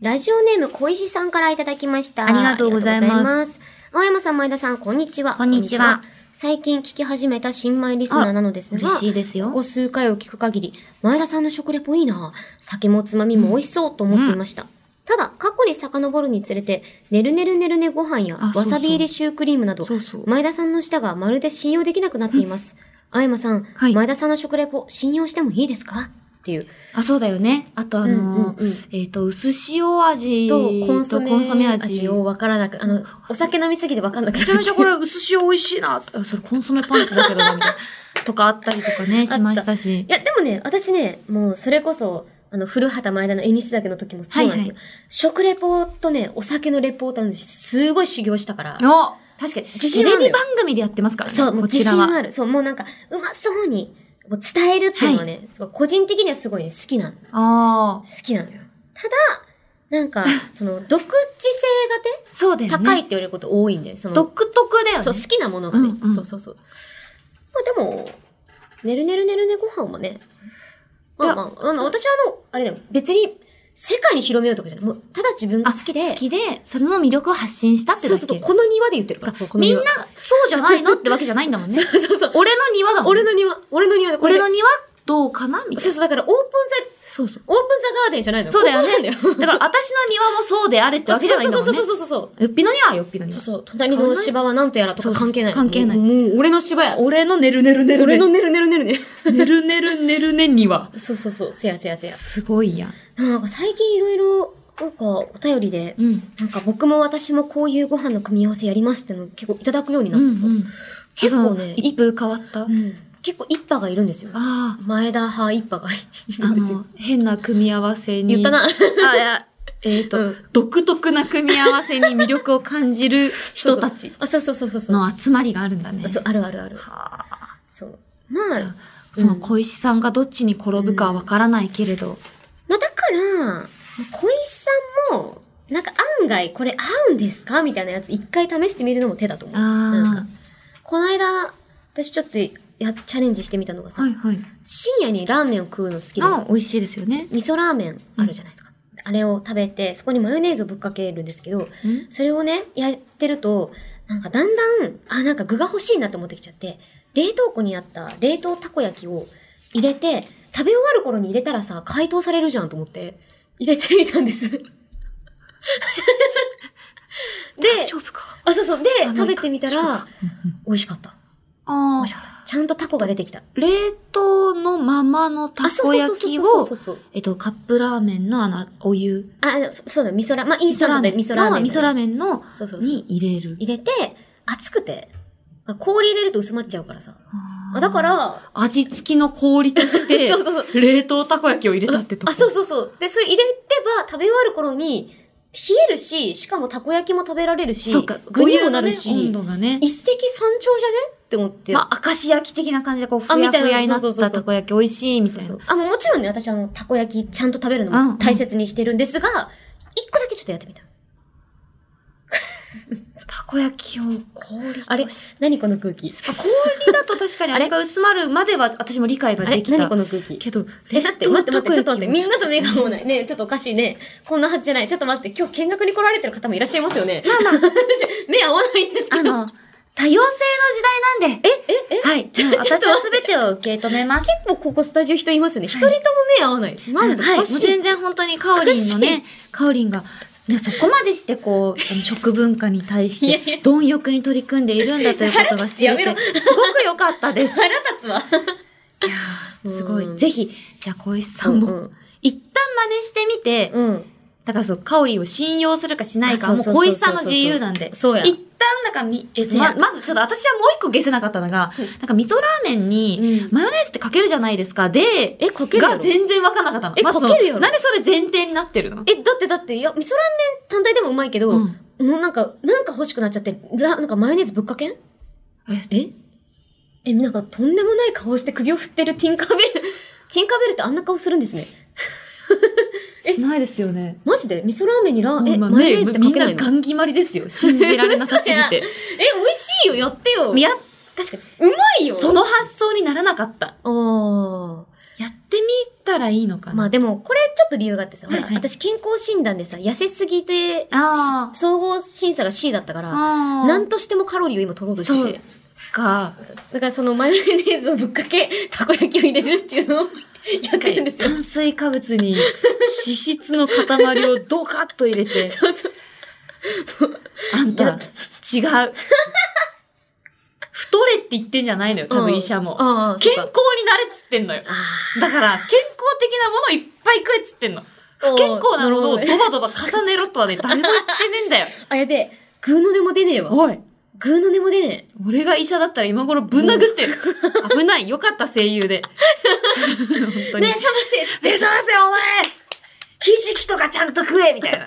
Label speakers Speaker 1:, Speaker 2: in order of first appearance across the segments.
Speaker 1: ラジオネーム小石さんからいただきました。
Speaker 2: ありがとうございます
Speaker 1: ありがとうござす青山さん、前田さん、こんにちは。
Speaker 2: こんにちは
Speaker 1: こんに最近聞き始めた新米リスナーなのですが、
Speaker 2: 嬉しいですよ
Speaker 1: ここ数回を聞く限り、前田さんの食レポいいな酒もつまみも美味しそうと思っていました。ただ、過去に遡るにつれて、ねるねるねるねご飯や
Speaker 2: あ、そうそう
Speaker 1: わさび入りシュークリームなど
Speaker 2: そうそう、
Speaker 1: 前田さんの舌がまるで信用できなくなっています。青山さん、
Speaker 2: はい
Speaker 1: 前田さんの食レポ、信用してもいいですかっていう。
Speaker 2: あ、そうだよね。あとあのー、
Speaker 1: うんうんうん
Speaker 2: えっ、と、薄塩味
Speaker 1: とコンソメ
Speaker 2: とコンソメ味
Speaker 1: 味を分からなく、あの、お酒飲みすぎて分かんなくな
Speaker 2: めちゃめちゃこれ薄塩美味しいな。あそれコンソメパンチだけどな、みたいな。とかあったりとかね、しましたし
Speaker 1: い。や、でもね、私ね、もうそれこそ、あの、古畑前田のエニス岳の時もそうなんですけど、食レポとね、お酒のレポートのすごい修行したから、
Speaker 2: お確かに。
Speaker 1: 自
Speaker 2: テ
Speaker 1: 信はある
Speaker 2: レビ番組でやってますからね、
Speaker 1: そう、もう
Speaker 2: こ
Speaker 1: 自
Speaker 2: ちら
Speaker 1: 信はあ
Speaker 2: は。
Speaker 1: る。そう、もうなんか、うまそうにもう伝えるっていうのはね、すごい個人的にはすごいね、好きなの。好
Speaker 2: ああ。
Speaker 1: きなのよ。ただ、なん か、その、独自性
Speaker 2: そうだよ
Speaker 1: が
Speaker 2: ね。
Speaker 1: ね、高いって言われること多いんだよ。その、
Speaker 2: 独特だよね。
Speaker 1: そう、好きなものがね。
Speaker 2: うんうん
Speaker 1: そうそうそう。まあでも、ねるねるねるねご飯もね。まあまあ、あの、私はあの、あれだよ、別に世界に広めようとかじゃない。もう、ただ自分が
Speaker 2: あ、
Speaker 1: 好きで、
Speaker 2: 好きで、それの魅力を発信したって
Speaker 1: そう
Speaker 2: だ
Speaker 1: そうそう、
Speaker 2: け。
Speaker 1: この庭で言ってるから。この
Speaker 2: みん
Speaker 1: 庭
Speaker 2: な、そうじゃないのってわけじゃないんだもんね。
Speaker 1: そうそうそう。
Speaker 2: 俺の庭だもん。
Speaker 1: 俺の庭、俺の庭で、これ
Speaker 2: 俺
Speaker 1: で
Speaker 2: の庭どうかなみたい
Speaker 1: そう
Speaker 2: な。
Speaker 1: そう、だからオープン
Speaker 2: そうそう。
Speaker 1: ザ、オープンザガーデンじゃないの
Speaker 2: そうだよね。
Speaker 1: ここなんだ
Speaker 2: だから私の庭もそうであれって わけじゃないんだ
Speaker 1: そう
Speaker 2: もん
Speaker 1: そう
Speaker 2: ね
Speaker 1: そう。そうそうそう。
Speaker 2: よっぴの庭はよっぴの
Speaker 1: そう
Speaker 2: 庭。
Speaker 1: そう、隣の芝はなんとやらとか関係ない。
Speaker 2: そう関係ない
Speaker 1: もう、もう俺の芝や。
Speaker 2: 俺のねるねるねる
Speaker 1: 俺
Speaker 2: ね。
Speaker 1: のねるねるねるね。
Speaker 2: ねるねるねるね庭。
Speaker 1: そうそうそう、せやせやせや。
Speaker 2: すごいやん。
Speaker 1: でもなんか最近いろいろ、なんかお便りで、
Speaker 2: うん。
Speaker 1: なんか僕も私もこういうご飯の組み合わせやりますってのを結構いただくようにな
Speaker 2: う
Speaker 1: っ
Speaker 2: んう
Speaker 1: たそう。
Speaker 2: ん。
Speaker 1: 結構ね
Speaker 2: その一風変わった。あ
Speaker 1: うん結構一派がいるんですよ。
Speaker 2: あ。
Speaker 1: 前田派一派がいる
Speaker 2: あ
Speaker 1: んですよ
Speaker 2: の。、変な組み合わせに。
Speaker 1: 言った な。
Speaker 2: あ、いや、えっ、と、
Speaker 1: うん
Speaker 2: 独特な組み合わせに魅力を感じる人たち
Speaker 1: あ、そうそうそうそうそう。
Speaker 2: の集まりがあるんだね。
Speaker 1: そう、あるあるある。
Speaker 2: はあ
Speaker 1: そう。ま
Speaker 2: じゃあ
Speaker 1: あ、
Speaker 2: その小石さんがどっちに転ぶかはわからないけれど。
Speaker 1: まあだから、小石さんも、なんか案外これ合うんですかみたいなやつ一回試してみるのも手だと思う。なん
Speaker 2: あ
Speaker 1: かこの間、私ちょっとや、チャレンジしてみたのが
Speaker 2: あ。
Speaker 1: さ、
Speaker 2: はいはい。
Speaker 1: 深夜にラーメンを食うの好きで、
Speaker 2: あ美味しいですよね。
Speaker 1: 味噌ラーメンあるじゃないですか。あれを食べて、そこにマヨネーズをぶっかけるんですけど、それをね、やってると、なんかだんだん、あ、なんか具が欲しいなって思ってきちゃって、冷凍庫にあった冷凍たこ焼きを入れて、食べ終わる頃に入れたらさ、解凍されるじゃんと思って、入れてみたん です。で、
Speaker 2: 大丈夫か。
Speaker 1: あ、そうそう、で
Speaker 2: あ、
Speaker 1: 食べてみた
Speaker 2: なん
Speaker 1: ら
Speaker 2: か、
Speaker 1: 美味しかった。美
Speaker 2: あ
Speaker 1: 味しかった。ちゃんとタコが出てきた。
Speaker 2: 冷凍のままのた
Speaker 1: あ、そ
Speaker 2: こ
Speaker 1: うそ
Speaker 2: 焼
Speaker 1: うそう
Speaker 2: きを、
Speaker 1: そうそうそう。
Speaker 2: えっと、カップラーメンのあの、お湯。
Speaker 1: あ、そうだ、味噌ラーメン。まあ、インスタントで味噌ラーメン。
Speaker 2: の味噌ラーメンの、
Speaker 1: そうそうそう
Speaker 2: に入れる。
Speaker 1: 入れて、熱くて、氷入れると薄まっちゃうからさ。
Speaker 2: あ
Speaker 1: あだか、ら、
Speaker 2: 味付きの氷とし て
Speaker 1: そうそう、
Speaker 2: 冷凍たこ焼きを入れたってとこ。
Speaker 1: あ、そうそうそう。で、それ入れれば食べ終わる頃に、冷えるし、しかもたこ焼きも食べられるし、
Speaker 2: そうか、
Speaker 1: 具に
Speaker 2: お湯
Speaker 1: も
Speaker 2: の
Speaker 1: なる
Speaker 2: ね温
Speaker 1: し、
Speaker 2: 度がね。
Speaker 1: 一石三鳥じゃねって思って。
Speaker 2: まあ、明石焼き的な感じで、こう、ふ
Speaker 1: あみ
Speaker 2: や
Speaker 1: たいな
Speaker 2: ふやになっ
Speaker 1: そうそうそう
Speaker 2: た
Speaker 1: そう
Speaker 2: たこ焼き美味しい、み
Speaker 1: そ
Speaker 2: た
Speaker 1: う
Speaker 2: い
Speaker 1: そ
Speaker 2: な
Speaker 1: う。あ、もうもちろんね、私あの、たこ焼きちゃんと食べる
Speaker 2: う
Speaker 1: の
Speaker 2: ん
Speaker 1: も大切にしてるんですが、一個だけちょっとやってみた。
Speaker 2: たこ焼きを氷
Speaker 1: あれ
Speaker 2: とし
Speaker 1: 何この空気
Speaker 2: あ氷だと確かにあれが薄まるまでは私も理解が
Speaker 1: あ
Speaker 2: で
Speaker 1: れ
Speaker 2: きた。
Speaker 1: 何この空気
Speaker 2: けど、
Speaker 1: え、待って、待って、待って、ちょっと待って、みん
Speaker 2: な。
Speaker 1: なと目が合うない。ねえちょっとおかしいね。こんなはずじゃない。ちょっと待って、今日見学に来られてる方もいらっしゃいますよね。 まあまあ。目合わないんですけ
Speaker 2: あ
Speaker 1: ど。
Speaker 2: の、多様性の時代なんで。えええはい。
Speaker 1: ょ
Speaker 2: もう
Speaker 1: ちょっ
Speaker 2: 私
Speaker 1: と
Speaker 2: は
Speaker 1: 待
Speaker 2: 全てを受け止めます。
Speaker 1: もうここスタジオ人いますよね。一人とも目合わない。まだ
Speaker 2: はい。
Speaker 1: お
Speaker 2: もう
Speaker 1: かしい。
Speaker 2: 全然本当にカオリンのね、カオリンが、ね、そこまでしてこう、あの食文化に対し
Speaker 1: いやいや
Speaker 2: て、貪欲に取り組んでいるんだということが知れて、
Speaker 1: やめ
Speaker 2: すごく良かっ たです。
Speaker 1: 腹立つわ。
Speaker 2: いやーすご
Speaker 1: う
Speaker 2: い。
Speaker 1: ん
Speaker 2: ぜひ、じゃあ小石さん
Speaker 1: う
Speaker 2: も
Speaker 1: ん、
Speaker 2: 一旦真似してみて、
Speaker 1: うん。
Speaker 2: だからそう、カオリを信用するかしないかは、
Speaker 1: あそ
Speaker 2: も
Speaker 1: う
Speaker 2: う
Speaker 1: そう
Speaker 2: 小石さんの自由なんで。
Speaker 1: そうそうそうそうや
Speaker 2: 一旦、なんかみ、え
Speaker 1: そうや
Speaker 2: ま、まずちょっと私はもう一個消せなかったのが、
Speaker 1: うん
Speaker 2: なんか味噌ラーメン
Speaker 1: う、
Speaker 2: に
Speaker 1: ん
Speaker 2: マヨネーズってかけるじゃないですか。で、
Speaker 1: え、かけるや
Speaker 2: が
Speaker 1: ろ
Speaker 2: 全然わかんなかったの。
Speaker 1: え
Speaker 2: まずその
Speaker 1: かけるやろ
Speaker 2: なんでそれ前提になってるの
Speaker 1: え、だってだって、いや、味噌ラーメン単体でもうまいけど、
Speaker 2: うん
Speaker 1: もうなんか、なんか欲しくなっちゃって、ラ、なんかマヨネーズぶっかけんええ、なんかとんでもない顔して首を振ってるティンカーベル。ティンカーベルってあんな顔するんですね。
Speaker 2: しないですよね。
Speaker 1: マジで味噌ラーメンにラー、え、
Speaker 2: まあ
Speaker 1: マヨネーズってか
Speaker 2: みん
Speaker 1: けな
Speaker 2: ない
Speaker 1: の
Speaker 2: ガン決まりですよ。信じられなさすぎ
Speaker 1: 嘘や
Speaker 2: て。
Speaker 1: え、美味しいよ、やってよ。
Speaker 2: いや、確か
Speaker 1: うまい
Speaker 2: に、
Speaker 1: よ。
Speaker 2: その発想にならなかった。
Speaker 1: あー。
Speaker 2: やってみたたらいいのかな。
Speaker 1: まあでも、これちょっと理由があってさ、ほら
Speaker 2: はいはい
Speaker 1: 私健康診断でさ、痩せすぎて、
Speaker 2: あー
Speaker 1: 総合審査が C だったから、
Speaker 2: あ
Speaker 1: なんとしてもカロリーを今取ろうとしてて。
Speaker 2: か、
Speaker 1: だからそのマヨネーズをぶっかけ、たこ焼きを入れるっていうのをやってるんですよ。
Speaker 2: 炭水化物に脂質の塊をドカッと入れ て、
Speaker 1: そうそうそう。
Speaker 2: あん
Speaker 1: や
Speaker 2: た、違う。太れって言ってんじゃないのよ、多分医者も。
Speaker 1: ああ、そ
Speaker 2: 健
Speaker 1: う
Speaker 2: 康に
Speaker 1: か
Speaker 2: なれっつってんのよ。
Speaker 1: ああ。
Speaker 2: だから、健康的なものいっぱい食えっつってんの。不
Speaker 1: おー
Speaker 2: 健康なものを
Speaker 1: なる
Speaker 2: ドバドバ重ねろとはね、誰も言ってね えんだよ。
Speaker 1: あ、やべえ。グーの音も出ねえわ。
Speaker 2: おい、
Speaker 1: グーの音も出ね
Speaker 2: 俺が医者だったら今頃ぶん殴ってる。危ない。よかった、声 優で。本当
Speaker 1: え。目
Speaker 2: に。目
Speaker 1: 覚
Speaker 2: 覚
Speaker 1: ませ
Speaker 2: めせ、お前ひじきとかちゃんと食えみたいな。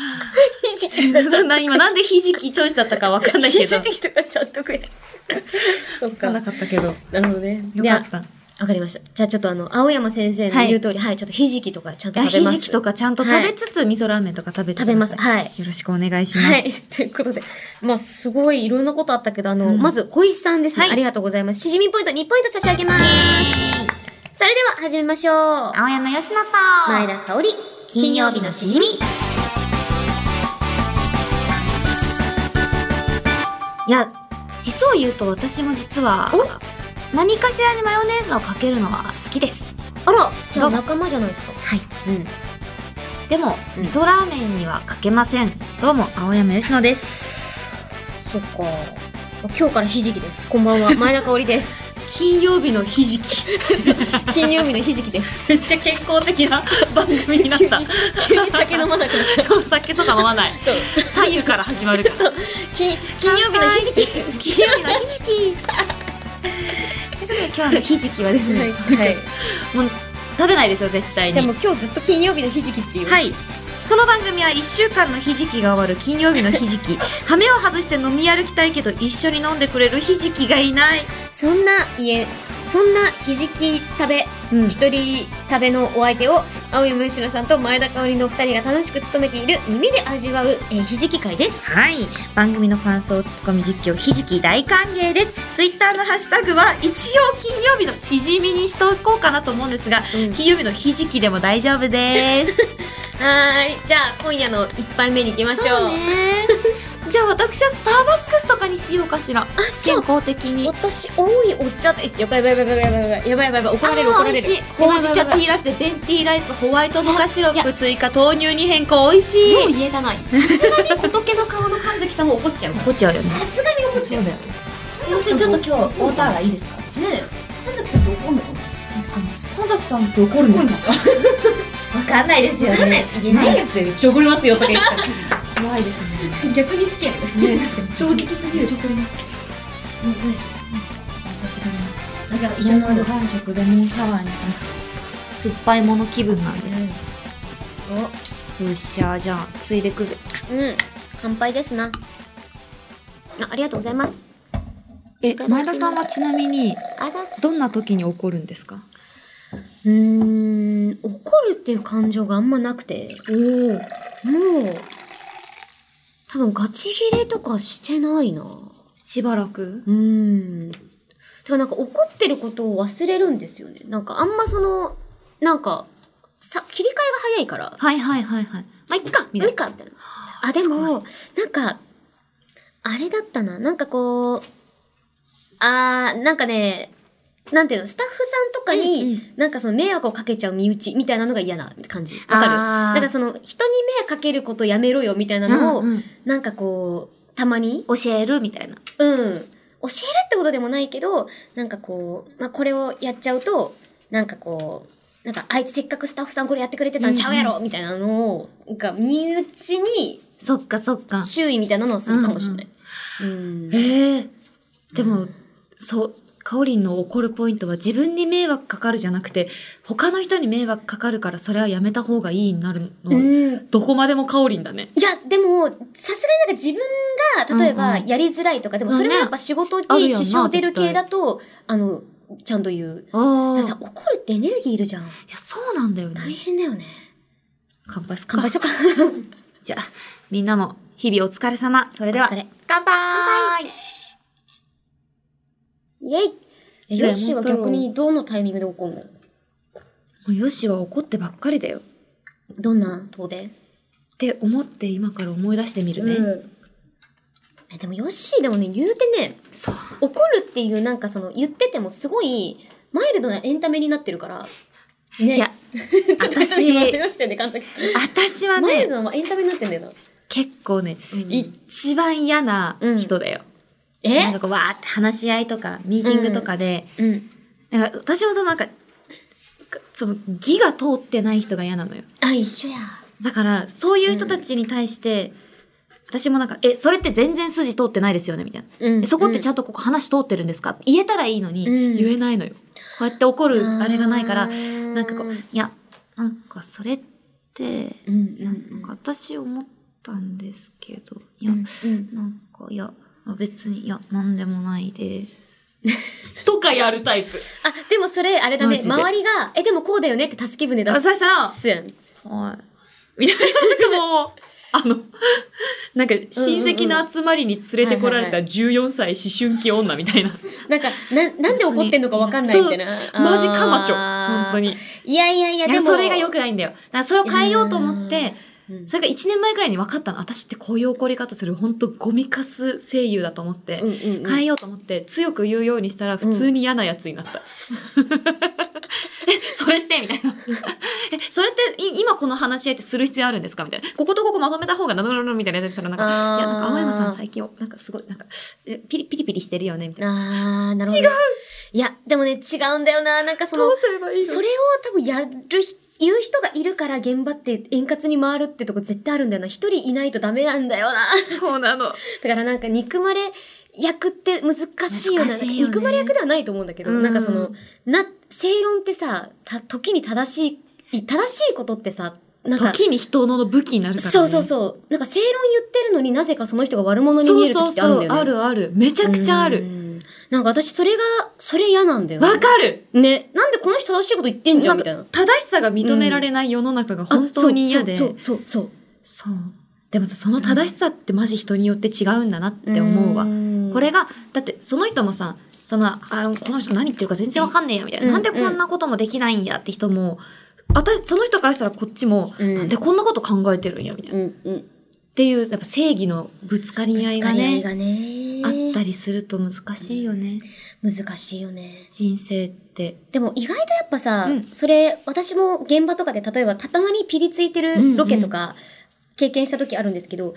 Speaker 2: そんな、今なんでひじきチョイスだったかわかんないけど。わ
Speaker 1: 的とかちゃんと食え。 そっ
Speaker 2: か
Speaker 1: か
Speaker 2: んな。かったけど。
Speaker 1: なるほどね。
Speaker 2: よ
Speaker 1: じ
Speaker 2: か
Speaker 1: ゃ
Speaker 2: った。
Speaker 1: あ、わかりました。じゃあちょっとあの、青山先生の言う通り、はい、ちょっとひじきとかちゃん
Speaker 2: い
Speaker 1: と
Speaker 2: や、
Speaker 1: 食べ
Speaker 2: ひ
Speaker 1: ます。
Speaker 2: じきとかちゃんと食べつつ、味噌ラーメンとか食べて
Speaker 1: 食べます。
Speaker 2: くださ
Speaker 1: はい。
Speaker 2: いよろしくお願いします。
Speaker 1: はい。 ということで。まあ、すごいいろんなことあったけど、あの、
Speaker 2: うん
Speaker 1: まず、小石さんですね、
Speaker 2: はい
Speaker 1: ありがとうございます。しじみポイント2ポイント差し上げます。それでは、始めましょう。
Speaker 2: 青山よしと、
Speaker 1: 前田香織、金曜日のしじみ。
Speaker 2: いや、実を言うと私も実は、何かしらにマヨネーズをかけるのは好きです。
Speaker 1: あら、じゃ
Speaker 2: ど
Speaker 1: あ
Speaker 2: うも
Speaker 1: 仲間じゃないですか。
Speaker 2: はい。
Speaker 1: うん。
Speaker 2: でも、
Speaker 1: うん
Speaker 2: 味噌ラーメンにはかけません。どうも、青山よしのです。
Speaker 1: そっか。今日からひじきです。こんばんは。前田香織 です。
Speaker 2: 金曜日のひじき。
Speaker 1: 金曜日のひじきです。
Speaker 2: めっちゃ健康的な番組になった。
Speaker 1: 急に酒飲まなくなった。
Speaker 2: そう、酒とか飲まない。
Speaker 1: そう。
Speaker 2: 左右から始まるから。
Speaker 1: 金、金曜日のひじき。
Speaker 2: 金曜日のひじき。ということで、 今日のひじきはですね、
Speaker 1: はい。
Speaker 2: もう食べないですよ、絶対に。
Speaker 1: じゃあもう今日ずっと金曜日のひじきっていう。
Speaker 2: はい。この番組は1週間のひじきが終わる金曜日のひじき。 羽目を外して飲み歩きたいけど一緒に飲んでくれるひじきがいない。
Speaker 1: そんな家、そんなひじき食べ、
Speaker 2: うん
Speaker 1: 一人食べのお相手を、青山由ろさんと前田香織のお二人が楽しく務めている耳で味わう、えーひじき会です。
Speaker 2: はい。番組の感想、ツッコミ実況、ひじき大歓迎です。ツイッターのハッシュタグは一応金曜日のしじみにしておこうかなと思うんですが、金曜日のひじきでも大丈夫です。
Speaker 1: はーい。じゃあ今夜の一杯目に行きましょう。
Speaker 2: そうね。じゃあ私はスターバックスとかにしようかしら。
Speaker 1: あ、ち
Speaker 2: 健
Speaker 1: ょ、
Speaker 2: 康的に。
Speaker 1: 私、多いお茶って、やばいやばいやばいやばいやばいやばいやばいやばい、怒られる怒られる。
Speaker 2: あー美味しいほうじ茶
Speaker 1: やば
Speaker 2: テ
Speaker 1: い
Speaker 2: ィ
Speaker 1: や
Speaker 2: ーラテベンティーライスホワイトモカシロッ
Speaker 1: そ
Speaker 2: プ追加豆乳に変更美味しい
Speaker 1: ばいもう言えたない。さすがに仏の顔の神崎さんも怒っちゃうから。
Speaker 2: こっちあるよね
Speaker 1: さすがに怒っちゃう。ね
Speaker 2: そしてちょっと今日オーダーがいいですか
Speaker 1: え、神崎さんって怒んのかな
Speaker 2: 神崎さんって怒るんですかわかんないですよ
Speaker 1: わかんない
Speaker 2: ね
Speaker 1: 言えない
Speaker 2: ですよめっちゃ怒りますよとか言って怖いです
Speaker 1: 逆に好きやね。
Speaker 2: ねね確かに正直すぎる
Speaker 1: 怒ります。
Speaker 2: じゃあ
Speaker 1: 一緒の
Speaker 2: 晩酌レモンサワーにします酸っぱいもの気分なんでよっしゃじゃあついでくぜ
Speaker 1: お、うん。乾杯ですな。あありがとうございます。
Speaker 2: え前田さんはちなみに
Speaker 1: あざっす。
Speaker 2: どんな時に怒るんですか
Speaker 1: うーん、怒るっていう感情があんまなくて、
Speaker 2: おお
Speaker 1: もう、多分ガチ切れとかしてないな。
Speaker 2: しばらく
Speaker 1: うーん。てかなんか怒ってることを忘れるんですよね。なんかあんまその、なんか、さ、切り替えが早いから、
Speaker 2: はいはいはいはい。まあ、いっかみ
Speaker 1: 無
Speaker 2: た
Speaker 1: 理
Speaker 2: いな。
Speaker 1: かみたいな。あ、でも、なんか、あれだったな。なんかこう、あー、なんかね、なんていうの、スタッフさんとかに、
Speaker 2: うんう
Speaker 1: なんかその迷惑をかけちゃう身内みたいなのが嫌な感じ。
Speaker 2: あー
Speaker 1: わかるなんかその、人に迷惑かけることやめろよみたいなのを、
Speaker 2: うんうん
Speaker 1: なんかこう、たまに、
Speaker 2: 教えるみたい
Speaker 1: う
Speaker 2: な。
Speaker 1: ん、教えるってことでもないけど、なんかこう、まあ、これをやっちゃうと、なんかこう、なんかあいつせっかくスタッフさんこれやってくれてたんちゃうやろ、みたいなのを、なんか身内に
Speaker 2: そっかそっか。
Speaker 1: 注意みたいなのはするかもしれない。うん
Speaker 2: ええでも、そう、かおりんの怒るポイントは自分に迷惑かかるじゃなくて、他の人に迷惑かかるからそれはやめた方がいいになる
Speaker 1: う
Speaker 2: の。
Speaker 1: ん
Speaker 2: どこまでもかおりんだね。
Speaker 1: いや、でも、さすがになんか自分が、例えば、
Speaker 2: うんうん
Speaker 1: やりづらいとか、でもそれもやっぱ仕事に支障出る系だと、あの、ちゃんと言う。
Speaker 2: あ
Speaker 1: だ
Speaker 2: あ。
Speaker 1: からさ、
Speaker 2: い
Speaker 1: 怒るってエネルギーいるじゃん。
Speaker 2: や、そうなんだよ
Speaker 1: 大
Speaker 2: ね。
Speaker 1: 変だよね。
Speaker 2: 乾杯すか
Speaker 1: 乾杯しようか。
Speaker 2: じゃあ、みんなも、日々お疲れ様。それでは、
Speaker 1: お疲れ
Speaker 2: 乾杯
Speaker 1: イェイえヨッシーは逆にどのタイミングで怒るの
Speaker 2: うヨッシーは怒ってばっかりだよ。
Speaker 1: どんな遠出
Speaker 2: って思って今から思い出してみるね。
Speaker 1: うんえでもヨッシーでもね、言うてね、
Speaker 2: そう。
Speaker 1: 怒るっていうなんかその言っててもすごいマイルドなエンタメになってるから。ね。
Speaker 2: いや、
Speaker 1: ちょっと
Speaker 2: 私
Speaker 1: ちょっと待ってましてね、神崎さん
Speaker 2: 私は
Speaker 1: マイル
Speaker 2: ね、
Speaker 1: ドなエンタメになってんだよな。
Speaker 2: 結構ね、
Speaker 1: うん
Speaker 2: 一番嫌な人だよ。なん
Speaker 1: え
Speaker 2: かこう、わーって話し合いとか、ミーティングとかで、
Speaker 1: うん。
Speaker 2: なんか私もとなんか、その、義が通ってない人が嫌なのよ。
Speaker 1: あ、一緒や。
Speaker 2: だから、そういう人たちに対して、私もなんか、え、それって全然筋通ってないですよねみたいな。
Speaker 1: う
Speaker 2: えそこってちゃ
Speaker 1: ん
Speaker 2: んとここ話通ってるんですかって言えたらいいのに、
Speaker 1: うん
Speaker 2: 言えないのよ。こうやって怒るあれがないから、な
Speaker 1: なん
Speaker 2: かこう、いや、なんかそれって、
Speaker 1: うんうん
Speaker 2: な
Speaker 1: うんん
Speaker 2: か私思ったんですけど、いや、
Speaker 1: うんうん
Speaker 2: なんか、いや、別に、いや、なんでもないです。とかやるタイプ。
Speaker 1: あ、でもそれ、あれだね、
Speaker 2: マジで
Speaker 1: 周りが、え、でもこうだよねって助け舟出
Speaker 2: あ、
Speaker 1: す。
Speaker 2: そしたら、
Speaker 1: すやん。
Speaker 2: はい。みたいな、なんかもう、あの、なんか親戚の集まりに連れてこられた
Speaker 1: うん
Speaker 2: 14歳思春期女みたいな。
Speaker 1: なんか、な、なんで怒ってんのかわかんないみたいな
Speaker 2: そう。マジカマチョ。
Speaker 1: あー
Speaker 2: 本当に。。
Speaker 1: いやいやいや、
Speaker 2: い
Speaker 1: で
Speaker 2: や、
Speaker 1: も。
Speaker 2: それが良くないんだよ。だからそれを変えようと思って、
Speaker 1: うん
Speaker 2: それが1年前くらいに分かったの。私ってこういう怒り方する、本当ゴミカス声優だと思って、
Speaker 1: うんうんうん
Speaker 2: 変えようと思って、強く言うようにしたら、普通に嫌なやつにな った。え、それってみたいな。え、それって、い今この話し合いってする必要あるんですかみたいな。こことここまとめた方が、なるなるみたいなやつらなんか、い
Speaker 1: あー
Speaker 2: や、なんか青山さん最近、なんかすごい、なんか、えピリピリピリしてるよねみたいな。
Speaker 1: あー、なるほど。違ういや、でもね、違うんだよな。なんかその、
Speaker 2: すればい
Speaker 1: それを多分やるひ、言う人がいるから現場って円滑に回るってとこ絶対あるんだよな。一人いないとダメなんだよな。
Speaker 2: そうなの。
Speaker 1: だからなんか憎まれ役って難しいよね。
Speaker 2: 難しいよね
Speaker 1: 憎まれ役ではないと思うんだけど、
Speaker 2: うん
Speaker 1: なんかその、な、正論ってさ、た、時に正しい、正しいことってさ、なんか、
Speaker 2: 時に人の武器になるから、ね。
Speaker 1: そうそうそう。なんか正論言ってるのになぜかその人が悪者に見える時ってあるんだよね。
Speaker 2: そうそうそうあるある。めちゃくちゃあ
Speaker 1: う
Speaker 2: る。
Speaker 1: ん。なんか私それが、それ嫌なんだよね、
Speaker 2: わかる
Speaker 1: ね、なんでこの人正しいこと言ってんじゃんみたいな。
Speaker 2: 正しさが認められない世の中が本当に嫌で。
Speaker 1: あ
Speaker 2: そ
Speaker 1: そううそうそうそう
Speaker 2: でもさ、その正しさってマジ人によって違うんだなって思うわ。
Speaker 1: ん
Speaker 2: これが、だってその人もさ、その、あ、この人何言ってるか全然わかんねえや、みたいな。
Speaker 1: うん
Speaker 2: なんでこんなこともできないんやって人も、私、その人からしたらこっちも、
Speaker 1: うん
Speaker 2: なんでこんなこと考えてるんや、みたいな。
Speaker 1: う
Speaker 2: っ
Speaker 1: んうん。
Speaker 2: ていう、やっぱ正義のぶつかり合いが
Speaker 1: ぶつか
Speaker 2: ね、
Speaker 1: り合いが
Speaker 2: あ
Speaker 1: ね
Speaker 2: ったりすると難しいよね。
Speaker 1: 難しいよね。
Speaker 2: 人生って。
Speaker 1: でも意外とやっぱさ、
Speaker 2: うん
Speaker 1: それ、私も現場とかで、例えば、たまにピリついてるロケとか、経験した時あるんですけど、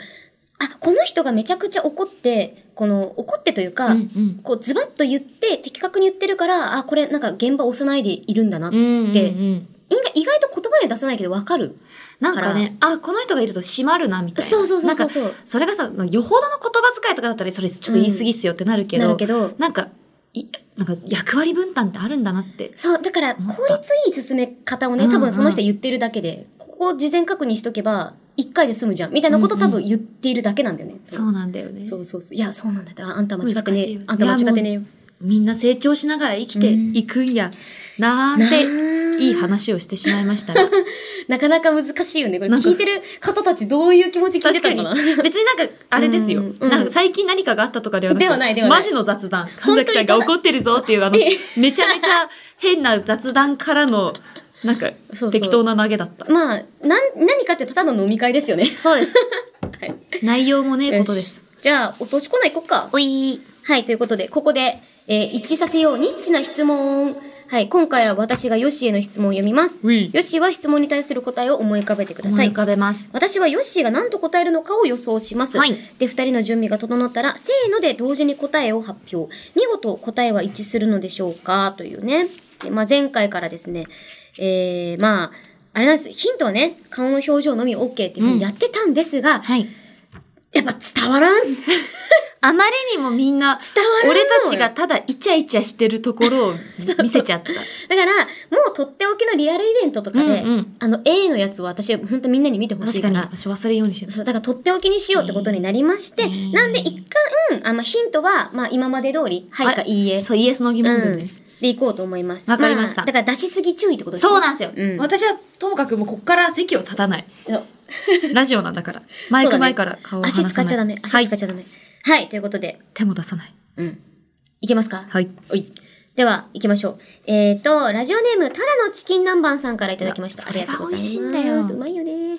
Speaker 1: あ、この人がめちゃくちゃ怒って、この、怒ってというか、
Speaker 2: うんうん
Speaker 1: こう、ズバッと言って、的確に言ってるから、あ、これ、なんか現場押さないでいるんだな。って
Speaker 2: うんうんうん
Speaker 1: 意外意外と言葉に出さないけど、わかる。
Speaker 2: なんかね、あ、この人がいると閉まるな、みたいな。
Speaker 1: そうそうそうそう
Speaker 2: なんか、
Speaker 1: そう。
Speaker 2: それがさ、よほどの言葉遣いとかだったら、それちょっと言い過ぎっすよってなるけど、
Speaker 1: なるけど、
Speaker 2: なんか、いなんか役割分担ってあるんだなって。
Speaker 1: そう、だから、
Speaker 2: 思
Speaker 1: 効
Speaker 2: った
Speaker 1: 率いい進め方を
Speaker 2: う
Speaker 1: ね、
Speaker 2: んうん
Speaker 1: 多分その人言ってるだけで、ここを事前確認しとけば、一回で済むじゃん、みたいなこと
Speaker 2: うんう
Speaker 1: 多
Speaker 2: ん
Speaker 1: 分言っているだけなんだよね。
Speaker 2: そうなんだよね。
Speaker 1: そうそうそう。いや、そうなんだって。ああんた間違って
Speaker 2: 難
Speaker 1: ね
Speaker 2: しいよ
Speaker 1: え
Speaker 2: ね。
Speaker 1: あんた間違ってねえよ。
Speaker 2: みんな成長しながら生きていくんや、なーって、
Speaker 1: で
Speaker 2: いい。話をしてしまいましたが。
Speaker 1: なかなか難しいよね。これ
Speaker 2: なんか
Speaker 1: 聞いてる方たちどういう気持ちで 聞いて
Speaker 2: 確
Speaker 1: た
Speaker 2: か
Speaker 1: の
Speaker 2: に
Speaker 1: かな。
Speaker 2: 別になんか、あれですよ
Speaker 1: うん。うん
Speaker 2: なんか最近何かがあったとかではなく
Speaker 1: ではないではない
Speaker 2: マジの雑談。
Speaker 1: 本
Speaker 2: 神
Speaker 1: 当に
Speaker 2: 崎さんが怒ってるぞっ ていう、あの、めちゃめちゃ変な雑談からの、なんか
Speaker 1: そうそ、う
Speaker 2: 適当な投げだった。
Speaker 1: まあ、なん、何かってただの飲み会ですよね。
Speaker 2: そうです。
Speaker 1: はい。
Speaker 2: 内容もねえことで
Speaker 1: よ
Speaker 2: す。
Speaker 1: し。じゃあ、落としコーナー行こっか。おい。はい、ということで、ここで、えー一致させよう、ニッチな質問。はい、今回は私がヨッシーへの質問を読みます。
Speaker 2: うい
Speaker 1: ヨッシーは質問に対する答えを思い浮かべてくだ
Speaker 2: 思
Speaker 1: さ
Speaker 2: い
Speaker 1: い
Speaker 2: 浮。かべます。
Speaker 1: 私はヨッシーが何と答えるのかを予想します。
Speaker 2: はい
Speaker 1: で、二人の準備が整ったら、せーので同時に答えを発表。見事答えは一致するのでしょうかというね。でまあ、前回からですね、えー、まあ、あれなんです。ヒントはね、顔の表情のみ OK っていうふうにやってたんですが、
Speaker 2: はい。
Speaker 1: やっぱ伝わらん。伝わ
Speaker 2: あまりにもみんな、
Speaker 1: らんの
Speaker 2: 俺
Speaker 1: よ
Speaker 2: たちがただイチャイチャしてるところを見せちゃった。
Speaker 1: だから、もうとっておきのリアルイベントとかで、
Speaker 2: うんうん
Speaker 1: あの A のやつを私、ほんとみんなに見てほし
Speaker 2: 確
Speaker 1: い
Speaker 2: か
Speaker 1: か
Speaker 2: に、
Speaker 1: ら。
Speaker 2: 私忘れんようにしよう。
Speaker 1: そう、だからとっておきにしようってことになりまして、
Speaker 2: うん
Speaker 1: なんで一貫、あまあ、ヒントは、まあ、今まで通り、はいかいいえ、
Speaker 2: そう、イエスの疑問だ
Speaker 1: う
Speaker 2: よ
Speaker 1: ん
Speaker 2: ね。
Speaker 1: でいこうと思います。
Speaker 2: わかりました
Speaker 1: あだから出しすぎ注意ってことですね。
Speaker 2: そうなんですよ、
Speaker 1: うん
Speaker 2: 私はともかくもうこっから席を立た ない。
Speaker 1: そう
Speaker 2: ラジオなんだから。マイク前から顔を離さ
Speaker 1: 足
Speaker 2: ない。
Speaker 1: 使っちゃダメ。
Speaker 2: は
Speaker 1: 足
Speaker 2: い
Speaker 1: 使っ。ちゃダメ。はい、ということで、
Speaker 2: 手も出さない。
Speaker 1: うん。いけますか
Speaker 2: はい。
Speaker 1: おい。ででは、行きましょう。えっ、ー、と、ラジオネーム、タラのチキン南蛮さんからいただきました。
Speaker 2: う
Speaker 1: あ
Speaker 2: わ
Speaker 1: りがとうございます。
Speaker 2: それが美味しいんだよ
Speaker 1: うまいよね。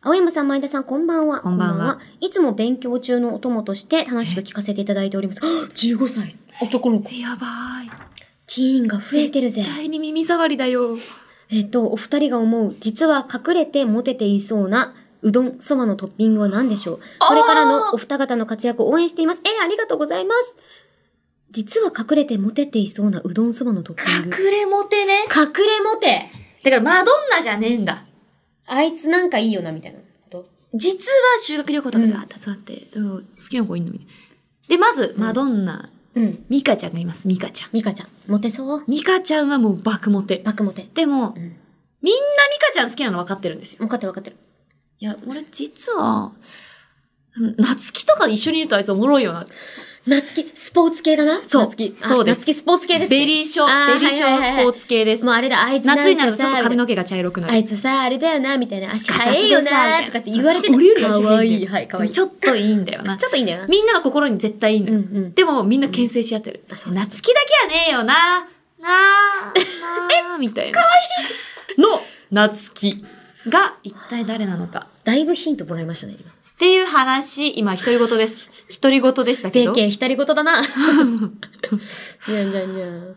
Speaker 1: 青山さん、前田さん、こんばんは。
Speaker 2: こんばんは
Speaker 1: はいつも勉強中のお供として楽しく聞かせていただいております。15歳。男の子。テ
Speaker 2: やばい。
Speaker 1: ィーンが増えてるぜ。
Speaker 2: 第に耳障りだよ。
Speaker 1: えっ、と、お二人が思う、実は隠れてモテていそうな、うどん、そばのトッピングは何でしょうこれからのお二方の活躍を応援しています。えーありがとうございます。実は隠れてモテていそうなうどんそばのトッピング。
Speaker 2: 隠れモテね。
Speaker 1: 隠れモテ
Speaker 2: だからマドンナじゃねえんだ。
Speaker 1: あいつなんかいいよな、みたいなこと。
Speaker 2: 実は修学旅行とか
Speaker 1: うん
Speaker 2: で、あ、集まって、うん、好きな子いんのみたいな。で、まず、マドンナ、
Speaker 1: うん。
Speaker 2: ミカちゃんがいます、ミカちゃん。
Speaker 1: ミカちゃん、モテそう
Speaker 2: ミカちゃんはもう爆モテ。
Speaker 1: バクモテ。
Speaker 2: でも、
Speaker 1: うん。
Speaker 2: みんなミカちゃん好きなの分かってるんですよ。
Speaker 1: 分かってる分かってる。
Speaker 2: いや、俺実は、うん夏希とか一緒にいるとあいつおもろいよな。
Speaker 1: 夏希、スポーツ系だな
Speaker 2: そう
Speaker 1: 夏希。あ
Speaker 2: そうです
Speaker 1: 夏希スポーツ系ですね。
Speaker 2: ベリーショ
Speaker 1: あ
Speaker 2: ー、ベリーショ
Speaker 1: はいはい
Speaker 2: ー
Speaker 1: はい
Speaker 2: スポーツ系です。
Speaker 1: もうあれだ、あいつんかさ
Speaker 2: 夏になるとちょっと髪の毛が茶色くな
Speaker 1: あ
Speaker 2: る。
Speaker 1: いつさ、あれだよな、みたいな。足早いよな、とかって言われてた。
Speaker 2: 俺より足
Speaker 1: か
Speaker 2: 早
Speaker 1: わ
Speaker 2: いんだ
Speaker 1: い
Speaker 2: よ
Speaker 1: い。はい、かわいい。
Speaker 2: ちょっといいんだよな。
Speaker 1: ちょっといいんだよな。
Speaker 2: みんなの心に絶対いいの
Speaker 1: うん
Speaker 2: よ。
Speaker 1: うん。
Speaker 2: でもみんな牽制し合ってる。
Speaker 1: あそうそうそう
Speaker 2: 夏希だけはねえよな。なあ、 なあ、みたいな。かわいいの、夏希が一体誰なのか。
Speaker 1: だいぶヒントもらいましたね、今。
Speaker 2: っていう話、今、独り言です。独り言でしたけ
Speaker 1: で
Speaker 2: ど。
Speaker 1: けえ、独り言だ な。にゃんにゃんにゃん。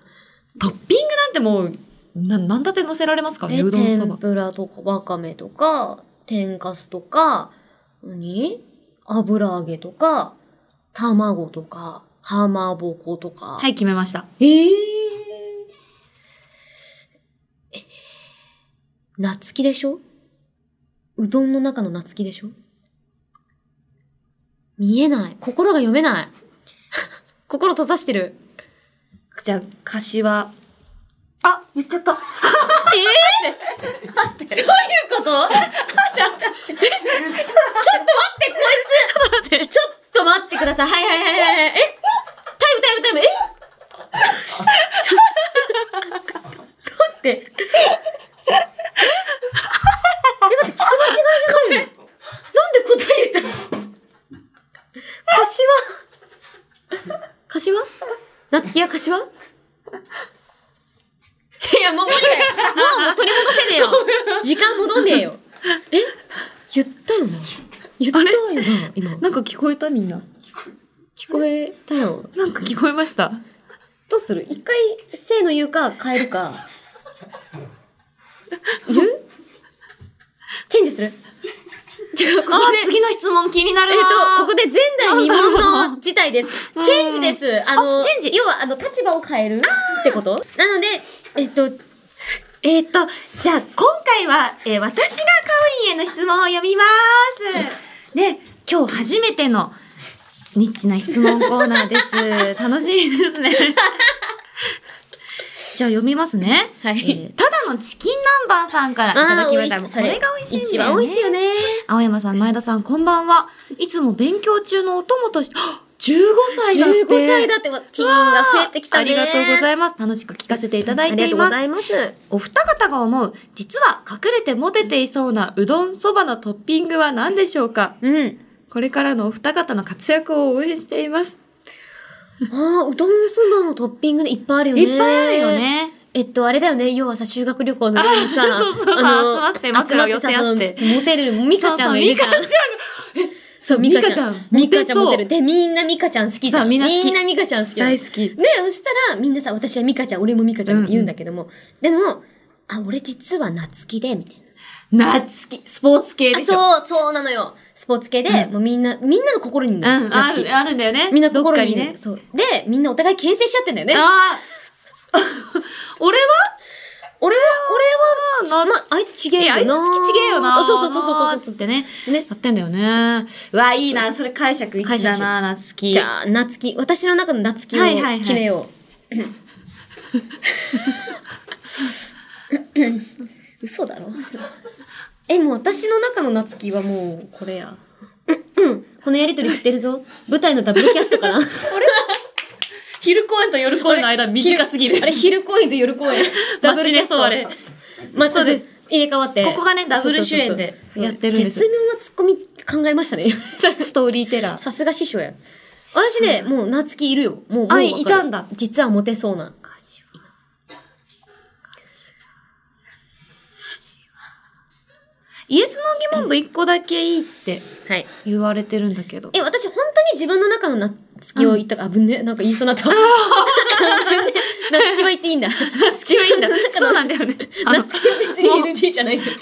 Speaker 2: トッピングなんてもう、な、なんだって乗せられますからね、
Speaker 1: え、
Speaker 2: うどんそ
Speaker 1: 天
Speaker 2: ば。
Speaker 1: ぷらとか、わかめとか、天かすとか、何油揚げとか、卵とか、かまぼことか。
Speaker 2: はい、決めました。
Speaker 1: ええ夏希でしょうどんの中の夏希でしょ見えない。心が読めない。 心閉ざしてる。
Speaker 2: じゃあ、歌詞は、あ、言っちゃった。
Speaker 1: どういうこと えちょっと待って、こいつちょっと待ってください。はいはいはいはいはい。えタイムタイムタイム。え
Speaker 2: って。
Speaker 1: なんで答え言った柏柏夏希は柏いや、もう無理だよ。もうもう取り戻せねえよ。時間戻んねえよ。え言ったよな。言ったよな、今。
Speaker 2: なんか聞こえたみんな。
Speaker 1: 聞こえたよ。
Speaker 2: なんか聞こえました。
Speaker 1: どうする一回、せーの言うか、変える か。言うチェンジする違う、ここ
Speaker 2: あ
Speaker 1: で。
Speaker 2: ー、次の質問気になる
Speaker 1: えっ、と、こ
Speaker 2: わ
Speaker 1: こで前代未聞の事態です。
Speaker 2: なんだ
Speaker 1: チ
Speaker 2: ろう
Speaker 1: ェンジです。あの、
Speaker 2: あチェンジ
Speaker 1: 要は、あの、立場を変えるってことなので、えっと、
Speaker 2: えっ、と、じゃあ、今回は、えー私がかおりんへの質問を読みます。で、今日初めてのニッチな質問コーナー です。楽しみですね。じゃあ読みますね。
Speaker 1: はい
Speaker 2: えーただのチキン南蛮さんからいただきました。これが美味しいんだよ
Speaker 1: 一番美
Speaker 2: ね。
Speaker 1: 味しいよね。
Speaker 2: 青山さん、前田さん、こんばんは。いつも勉強中のお供として、あ15歳だって。
Speaker 1: 15歳だって、ティーンが増えてきたね。
Speaker 2: ありがとうござ
Speaker 1: い
Speaker 2: います。楽しく聞かせていただ
Speaker 1: ま
Speaker 2: い
Speaker 1: あり
Speaker 2: て
Speaker 1: が
Speaker 2: い
Speaker 1: とうご
Speaker 2: ます
Speaker 1: ざ。います。
Speaker 2: お二方が思う、実は隠れてモテていそうなうどんそばのトッピングは何でしょうか
Speaker 1: うん。
Speaker 2: これからのお二方の活躍を応援しています。
Speaker 1: ああ、うどんそばのトッピングでいっぱいあるよね。
Speaker 2: いっぱいあるよ。ね。
Speaker 1: えっと、あれだよね。要はさ、修学旅行の時にさ、
Speaker 2: あそうそうそう集まって枕を寄せ合って
Speaker 1: 集まさそのモテる、ミカちゃんがいるじゃん
Speaker 2: そう。そうミカ
Speaker 1: そう、ミカ
Speaker 2: ちミカ
Speaker 1: ち
Speaker 2: ち
Speaker 1: ゃ
Speaker 2: ゃ
Speaker 1: ん
Speaker 2: ん。
Speaker 1: ミカちゃんモ
Speaker 2: モ
Speaker 1: テ
Speaker 2: テそう
Speaker 1: る。で、みんなミカちゃん好きじゃ
Speaker 2: そ
Speaker 1: ん。
Speaker 2: う
Speaker 1: み
Speaker 2: みんな好き
Speaker 1: んなミカちゃん好き
Speaker 2: ゃん
Speaker 1: だ
Speaker 2: 大好き。
Speaker 1: ね、そしたら、みんなさ、私はミカちゃん、俺もミカちゃんって言うんだけども、でも、あ、俺実は夏希で、みたい
Speaker 2: 夏希、スポーツ系
Speaker 1: な。
Speaker 2: で
Speaker 1: あ、
Speaker 2: しょ。
Speaker 1: そう、そうなのよ。スポーツ系で、
Speaker 2: うん
Speaker 1: もうみんな、みんなの心にいるの
Speaker 2: うん、あ
Speaker 1: 夏希
Speaker 2: る、あるんだよね。
Speaker 1: みんな
Speaker 2: どっ
Speaker 1: 心
Speaker 2: か
Speaker 1: にい
Speaker 2: に
Speaker 1: るの
Speaker 2: ね。
Speaker 1: そう。で、みんなお互い牽制しちゃってんだよね。
Speaker 2: ああ 俺は
Speaker 1: 俺は、俺は、
Speaker 2: な
Speaker 1: まあ、あいつちげえ
Speaker 2: え、あ
Speaker 1: よ
Speaker 2: いつ
Speaker 1: な。
Speaker 2: 月ちげえよな。
Speaker 1: そうそうそうそうそうそう
Speaker 2: ってね。
Speaker 1: ね
Speaker 2: やってんだよね。うわ、いい
Speaker 1: そう
Speaker 2: な。
Speaker 1: そ
Speaker 2: そうれ解釈一致だな、夏希。
Speaker 1: じゃあ、夏希。私の中の夏希を
Speaker 2: はいはいはい
Speaker 1: 決めよう。嘘だろえ、もう私の中の夏希はもう、これや。このやりとり知ってるぞ。舞台のダブルキャストかな
Speaker 2: 昼公演と夜公演の間短すぎる。
Speaker 1: あれ、昼公演と夜公演。ダブルキャスト。
Speaker 2: マジでそうあ
Speaker 1: まあ、
Speaker 2: そうです。
Speaker 1: 入れ替わって。
Speaker 2: ここがねダブル主演で
Speaker 1: そうそうそうそう
Speaker 2: やってるんです
Speaker 1: 絶妙なツッコミ考えましたね。
Speaker 2: ストーリーテラー。
Speaker 1: さすが師匠や。私ね、もう夏希いるよ。もう、もうわか
Speaker 2: あ
Speaker 1: る
Speaker 2: いたんだ
Speaker 1: 実はモテそうな。
Speaker 2: 柏イエスの疑問文一個だけいいって
Speaker 1: はい。
Speaker 2: 言われてるんだけど。
Speaker 1: え、私本当に自分の中の夏月を言ったか、あぶね、なんか言いそうになった。危ね 夏月は言っていいんだ。
Speaker 2: 夏希はいいんだ。 そうな んだよね。あの
Speaker 1: 夏希は別に NG じゃないんだ。
Speaker 2: ちな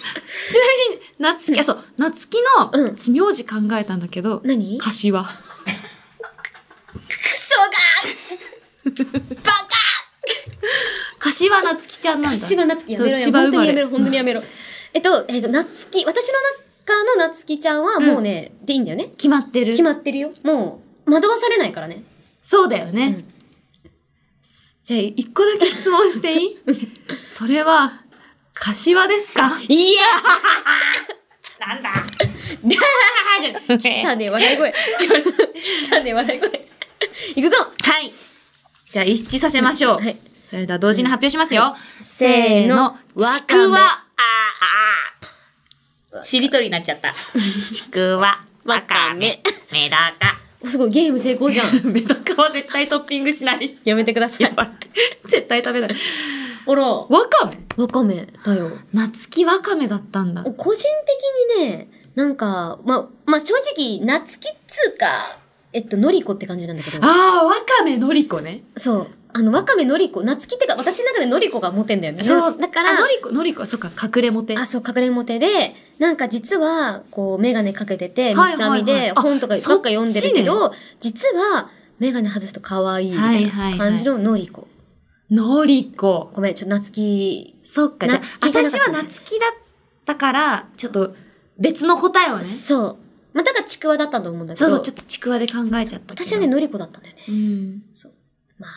Speaker 2: みに、夏希、あ、そう、夏希の、
Speaker 1: うん
Speaker 2: 私名字考えたんだけど、
Speaker 1: 何
Speaker 2: 柏。
Speaker 1: クソがバ
Speaker 2: 柏夏希ちゃんな
Speaker 1: カ
Speaker 2: んだ。
Speaker 1: 柏夏希やめろ
Speaker 2: そう
Speaker 1: よ。
Speaker 2: 千葉
Speaker 1: 本当にやめ
Speaker 2: 生まれ
Speaker 1: ろ、本当にやめろ。えっと、えっと、夏希、私の中の夏希ちゃんはもうね、でいいんだよね。
Speaker 2: 決まってる
Speaker 1: 決。まってるよ。もう、惑わされないからね。
Speaker 2: そうだよね。
Speaker 1: うん
Speaker 2: じゃあ、一個だけ質問して いいそれは、柏ですか
Speaker 1: いや
Speaker 2: な んだ
Speaker 1: ーじゃあ切ったね、笑い声。切ったね、笑い声。いくぞ
Speaker 2: はい。じゃあ、一致させましょう。
Speaker 1: はい
Speaker 2: それでは、同時に発表しますよ。
Speaker 1: せーの
Speaker 2: わ
Speaker 1: ちくわ
Speaker 2: くわ。あしりとりになっちゃった。ちくわ。
Speaker 1: わかめ。
Speaker 2: メダカ。
Speaker 1: おすごい、ゲーム成功じゃん。
Speaker 2: メダカは絶対トッピングしない。
Speaker 1: やめてくださ
Speaker 2: や
Speaker 1: い。
Speaker 2: ばい。 絶対食べない。
Speaker 1: ほら、わ
Speaker 2: わかめ
Speaker 1: かめだよ。
Speaker 2: 夏木わかめだったんだ。
Speaker 1: 個人的にね、なんか、ま、まあ、正直、夏希っつうか、えっと、のりこって感じなんだけど。
Speaker 2: ああ、わかめのりこね。
Speaker 1: そう。あの、わかめのりこ、夏希ってか、私の中でのりこがモテんだよね。
Speaker 2: そう。
Speaker 1: だから
Speaker 2: あ、のりこ、のりこ、そっか、隠れモテ。
Speaker 1: あ、そう、隠れモテで、なんか実は、こう、メガネかけてて、
Speaker 2: はい
Speaker 1: 三つ編み
Speaker 2: はいはい
Speaker 1: で
Speaker 2: あ
Speaker 1: 本とかばっか読んでるけ
Speaker 2: そ
Speaker 1: ど、実は、メガネ外すと可愛いみたい
Speaker 2: はいはいは
Speaker 1: ない感じののりこ。
Speaker 2: のりこ。
Speaker 1: ごめん、ちょっと夏希、
Speaker 2: そっか、じゃあ
Speaker 1: 夏希じゃなか
Speaker 2: 私
Speaker 1: った
Speaker 2: は夏希だったから、ちょっと別の答えをね。
Speaker 1: そう。まあ、だからちくわだったと思うんだけ
Speaker 2: そ
Speaker 1: ど、
Speaker 2: うそう、ちょっとちくわで考えちゃったけど。
Speaker 1: 私はね、のりこだったんだよね。
Speaker 2: うん。
Speaker 1: まあ。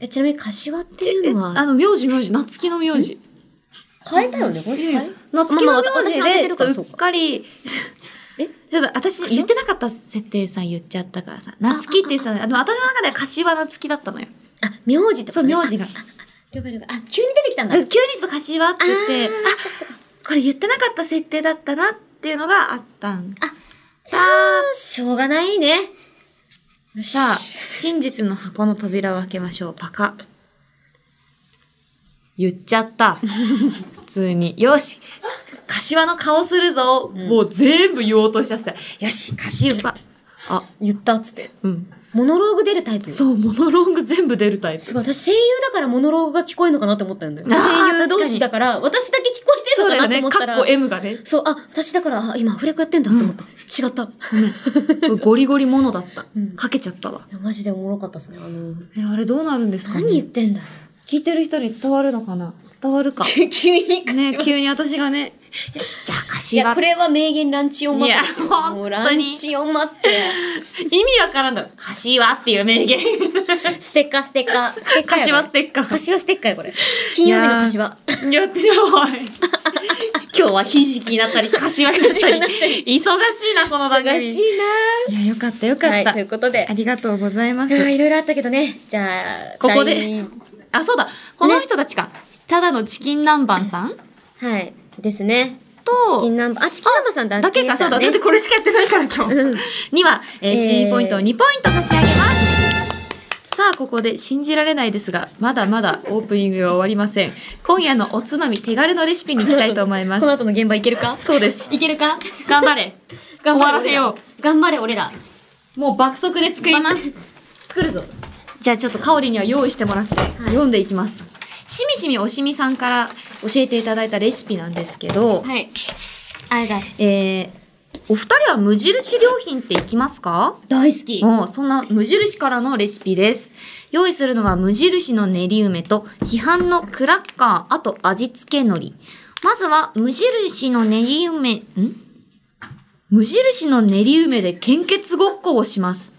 Speaker 1: え、ちなみに、柏って
Speaker 2: ち
Speaker 1: いうの
Speaker 2: えあ
Speaker 1: は、
Speaker 2: の、名字名字、夏希の名字。
Speaker 1: 変えたよね、これ変え
Speaker 2: 夏希の名字
Speaker 1: まあまあ私当ててる
Speaker 2: で、ちょっ
Speaker 1: か
Speaker 2: と
Speaker 1: ら
Speaker 2: うっかり、
Speaker 1: え
Speaker 2: ちょっと私言ってなかった設定さん言っちゃったからさ、夏希ってさ、あの私の中では柏夏希だったのよ。
Speaker 1: あ、名字ってこと
Speaker 2: そう、
Speaker 1: ね
Speaker 2: 名字が。
Speaker 1: あ了解了解。あ、急に出てきたんだ。あ
Speaker 2: 急にちょっと柏って言って、
Speaker 1: ー、そうかそうか。
Speaker 2: あ、これ言ってなかった設定だったなっていうのがあったん。
Speaker 1: あ
Speaker 2: じゃあ、
Speaker 1: しょうがないね。よし
Speaker 2: さあ、真実の箱の扉を開けましょう。パカ。言っちゃ った。普通に。よし。柏の顔するぞ。もう全部言おうとしたっすよし、柏。あ、
Speaker 1: 言ったっつって。
Speaker 2: うん。
Speaker 1: モノローグ出るタイプよ
Speaker 2: そう、モノローグ全部出るタイプ。
Speaker 1: すごい、私声優だからモノローグが聞こえるのかなって思ったんだよ。声
Speaker 2: あー
Speaker 1: 優同士だから、私だけ聞こえて
Speaker 2: そ
Speaker 1: る
Speaker 2: う
Speaker 1: の
Speaker 2: だ
Speaker 1: かなっ
Speaker 2: よ
Speaker 1: て
Speaker 2: ね。
Speaker 1: 思った。
Speaker 2: からっこ M が ね。
Speaker 1: そう、あ、私だから、あ今アフレコやってんだって思った。違った。
Speaker 2: ゴリゴリモノだった
Speaker 1: うん。
Speaker 2: かけちゃったわ。
Speaker 1: いやマジでおもろかったっすね。あの、
Speaker 2: え、あれどうなるんですかね
Speaker 1: 何言ってんだよ。
Speaker 2: 聞いてる人に伝わるのかな伝わるか。
Speaker 1: 急 に
Speaker 2: ね、急に私がね。よし、じゃあ
Speaker 1: い
Speaker 2: 柏
Speaker 1: や、これは名言ランチオンマットですよ。
Speaker 2: いや
Speaker 1: もう
Speaker 2: 本
Speaker 1: ラ
Speaker 2: 当に
Speaker 1: ンチオンマット。
Speaker 2: 意味わからんだろ。 柏っていう名言。
Speaker 1: ステッカーステッカー。ステッカーや
Speaker 2: 柏
Speaker 1: こ
Speaker 2: ステッカ
Speaker 1: れ。
Speaker 2: ー。
Speaker 1: 柏ステッカーやこれ。金曜日の柏。
Speaker 2: やってしま う。今日はひじきになったり、柏になったり。忙しいな、この番組。
Speaker 1: 忙しい
Speaker 2: いや、よかった、よ
Speaker 1: な
Speaker 2: か
Speaker 1: ーは
Speaker 2: っ
Speaker 1: い、
Speaker 2: た
Speaker 1: とい。うことで
Speaker 2: あ。りがとうございま
Speaker 1: いやー
Speaker 2: す。
Speaker 1: いろいろあったけどね。じゃあ、
Speaker 2: ここで
Speaker 1: 第
Speaker 2: あ、そうだ。この人たちか。ただのチキン南蛮さん
Speaker 1: はい。ですね。チキン
Speaker 2: と、
Speaker 1: ナンバー、あ、チキンナンバーさんだ
Speaker 2: だけか、そうだ。だってこれしかやってないから、今日。
Speaker 1: うん。
Speaker 2: には、えー
Speaker 1: えー
Speaker 2: C ポイントを2ポイント差し上げます。さあ、ここで信じられないですが、まだまだオープニングが終わりません。今夜のおつまみ手軽のレシピに行きたいと思いま
Speaker 1: この
Speaker 2: す。
Speaker 1: 後の現場いけるか
Speaker 2: そうです。
Speaker 1: いけるか
Speaker 2: 頑張れ。終わらせよ
Speaker 1: う。頑張れ、俺ら。
Speaker 2: う。もう爆速で作ります。
Speaker 1: 作るぞ。
Speaker 2: じゃあちょっと香りには用意してもらって、読んでいきます。しみしみおしみさんから教えていただいたレシピなんですけど、
Speaker 1: はい。ありがとうございます。
Speaker 2: えー、お二人は無印良品って行きますか
Speaker 1: 大好き。
Speaker 2: もうそんな無印からのレシピです。用意するのは無印の練り梅と市販のクラッカー、あと味付け海苔。まずは無印の練り梅、ん無印の練り梅で献血ごっこをします。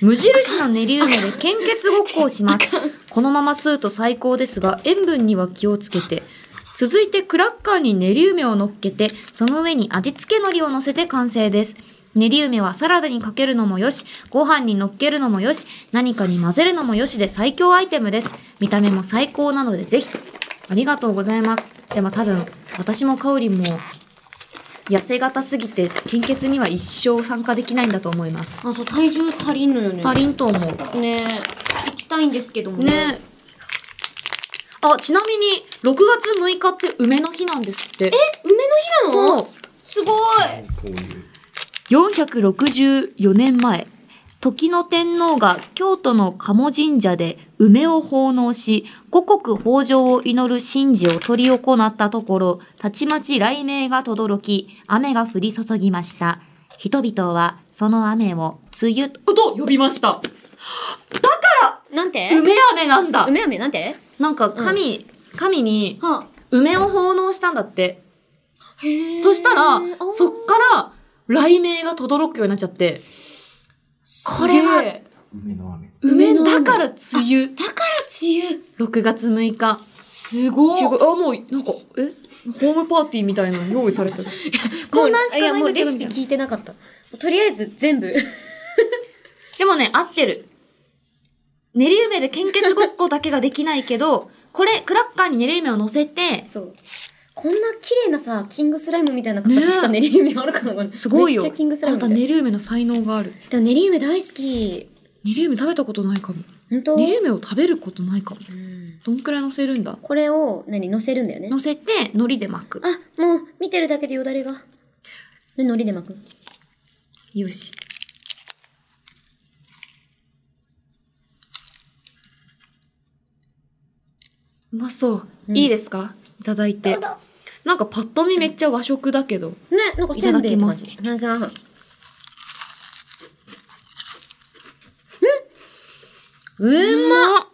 Speaker 2: 無印の練り梅で献血ごっこをします。このまま吸うと最高ですが、塩分には気をつけて。続いてクラッカーに練り梅を乗っけて、その上に味付け海苔を乗せて完成です。練り梅はサラダにかけるのもよし、ご飯に乗っけるのもよし、何かに混ぜるのもよしで最強アイテムです。見た目も最高なのでぜひ。ありがとうございます。でも多分、私も香りも、痩せ型すぎて、献血には一生参加できないんだと思います。
Speaker 1: あ、そう、体重足りんのよね
Speaker 2: 足りんと思う。
Speaker 1: ねえ。行きたいんですけども
Speaker 2: ねあ、ちなみに、6月6日って梅の日なんですって。え
Speaker 1: 梅の日なの
Speaker 2: う。
Speaker 1: すごい。
Speaker 3: こういう。
Speaker 2: 464年前、時の天皇が京都の鴨神社で梅を奉納し、五穀豊穣を祈る神事を執り行ったところ、たちまち雷鳴が轟き、雨が降り注ぎました。人々はその雨を梅雨と呼びました。だか
Speaker 1: なんて
Speaker 2: ら、梅雨なんだ
Speaker 1: 梅飴なんて
Speaker 2: なんか神、神に
Speaker 1: は
Speaker 2: 梅を奉納したんだって。
Speaker 1: あ、へー
Speaker 2: そしたら
Speaker 1: あー、
Speaker 2: そっから雷鳴が轟くようになっちゃって、これ
Speaker 1: すげ
Speaker 2: は
Speaker 1: え
Speaker 3: 梅の雨。
Speaker 2: 梅
Speaker 1: 梅の雨
Speaker 2: だから梅雨。
Speaker 1: だから梅雨。
Speaker 2: 6月6日。
Speaker 1: すご
Speaker 2: すごいあ、もう、なんか、えホームパーティーみ たいなの用意されてる。こ
Speaker 1: こ
Speaker 2: ん
Speaker 1: ん
Speaker 2: な
Speaker 1: なんん
Speaker 2: しか
Speaker 1: し
Speaker 2: ない
Speaker 1: か
Speaker 2: んだけど
Speaker 1: もうレシ
Speaker 2: みた
Speaker 1: ピ
Speaker 2: いな
Speaker 1: 聞いてなかった。とりあえず全 部。
Speaker 2: でもね、合ってる。練り梅で献血ごっこだけができないけ ど、これ、クラッカーに練り梅を乗せて、
Speaker 1: そう。こんな綺麗なさ、キングスライムみたいな形した
Speaker 2: ね
Speaker 1: 練り梅あるかなこれ
Speaker 2: すごいよ。
Speaker 1: めっちゃキングスライム
Speaker 2: あ
Speaker 1: みた
Speaker 2: なた
Speaker 1: い。
Speaker 2: 練り梅の才能がある。
Speaker 1: でも練り梅大好き。
Speaker 2: 練り梅食べたことないかも。
Speaker 1: 本当
Speaker 2: 練り梅を食べることないかも。
Speaker 1: うん
Speaker 2: どんくらい乗せるんだ
Speaker 1: これを、何、乗せるんだよね。
Speaker 2: 乗せて、海苔で巻く。
Speaker 1: あ、もう、見てるだけでよだれが。で、海苔で巻く。
Speaker 2: よし。うまそう。
Speaker 1: うん
Speaker 2: いいですかいただいて
Speaker 1: どう。ぞ
Speaker 2: なんかパッと見めっちゃ和食だけど。
Speaker 1: ね、なんかせんべいって感じ。
Speaker 2: い
Speaker 1: いただきます。
Speaker 2: うまっ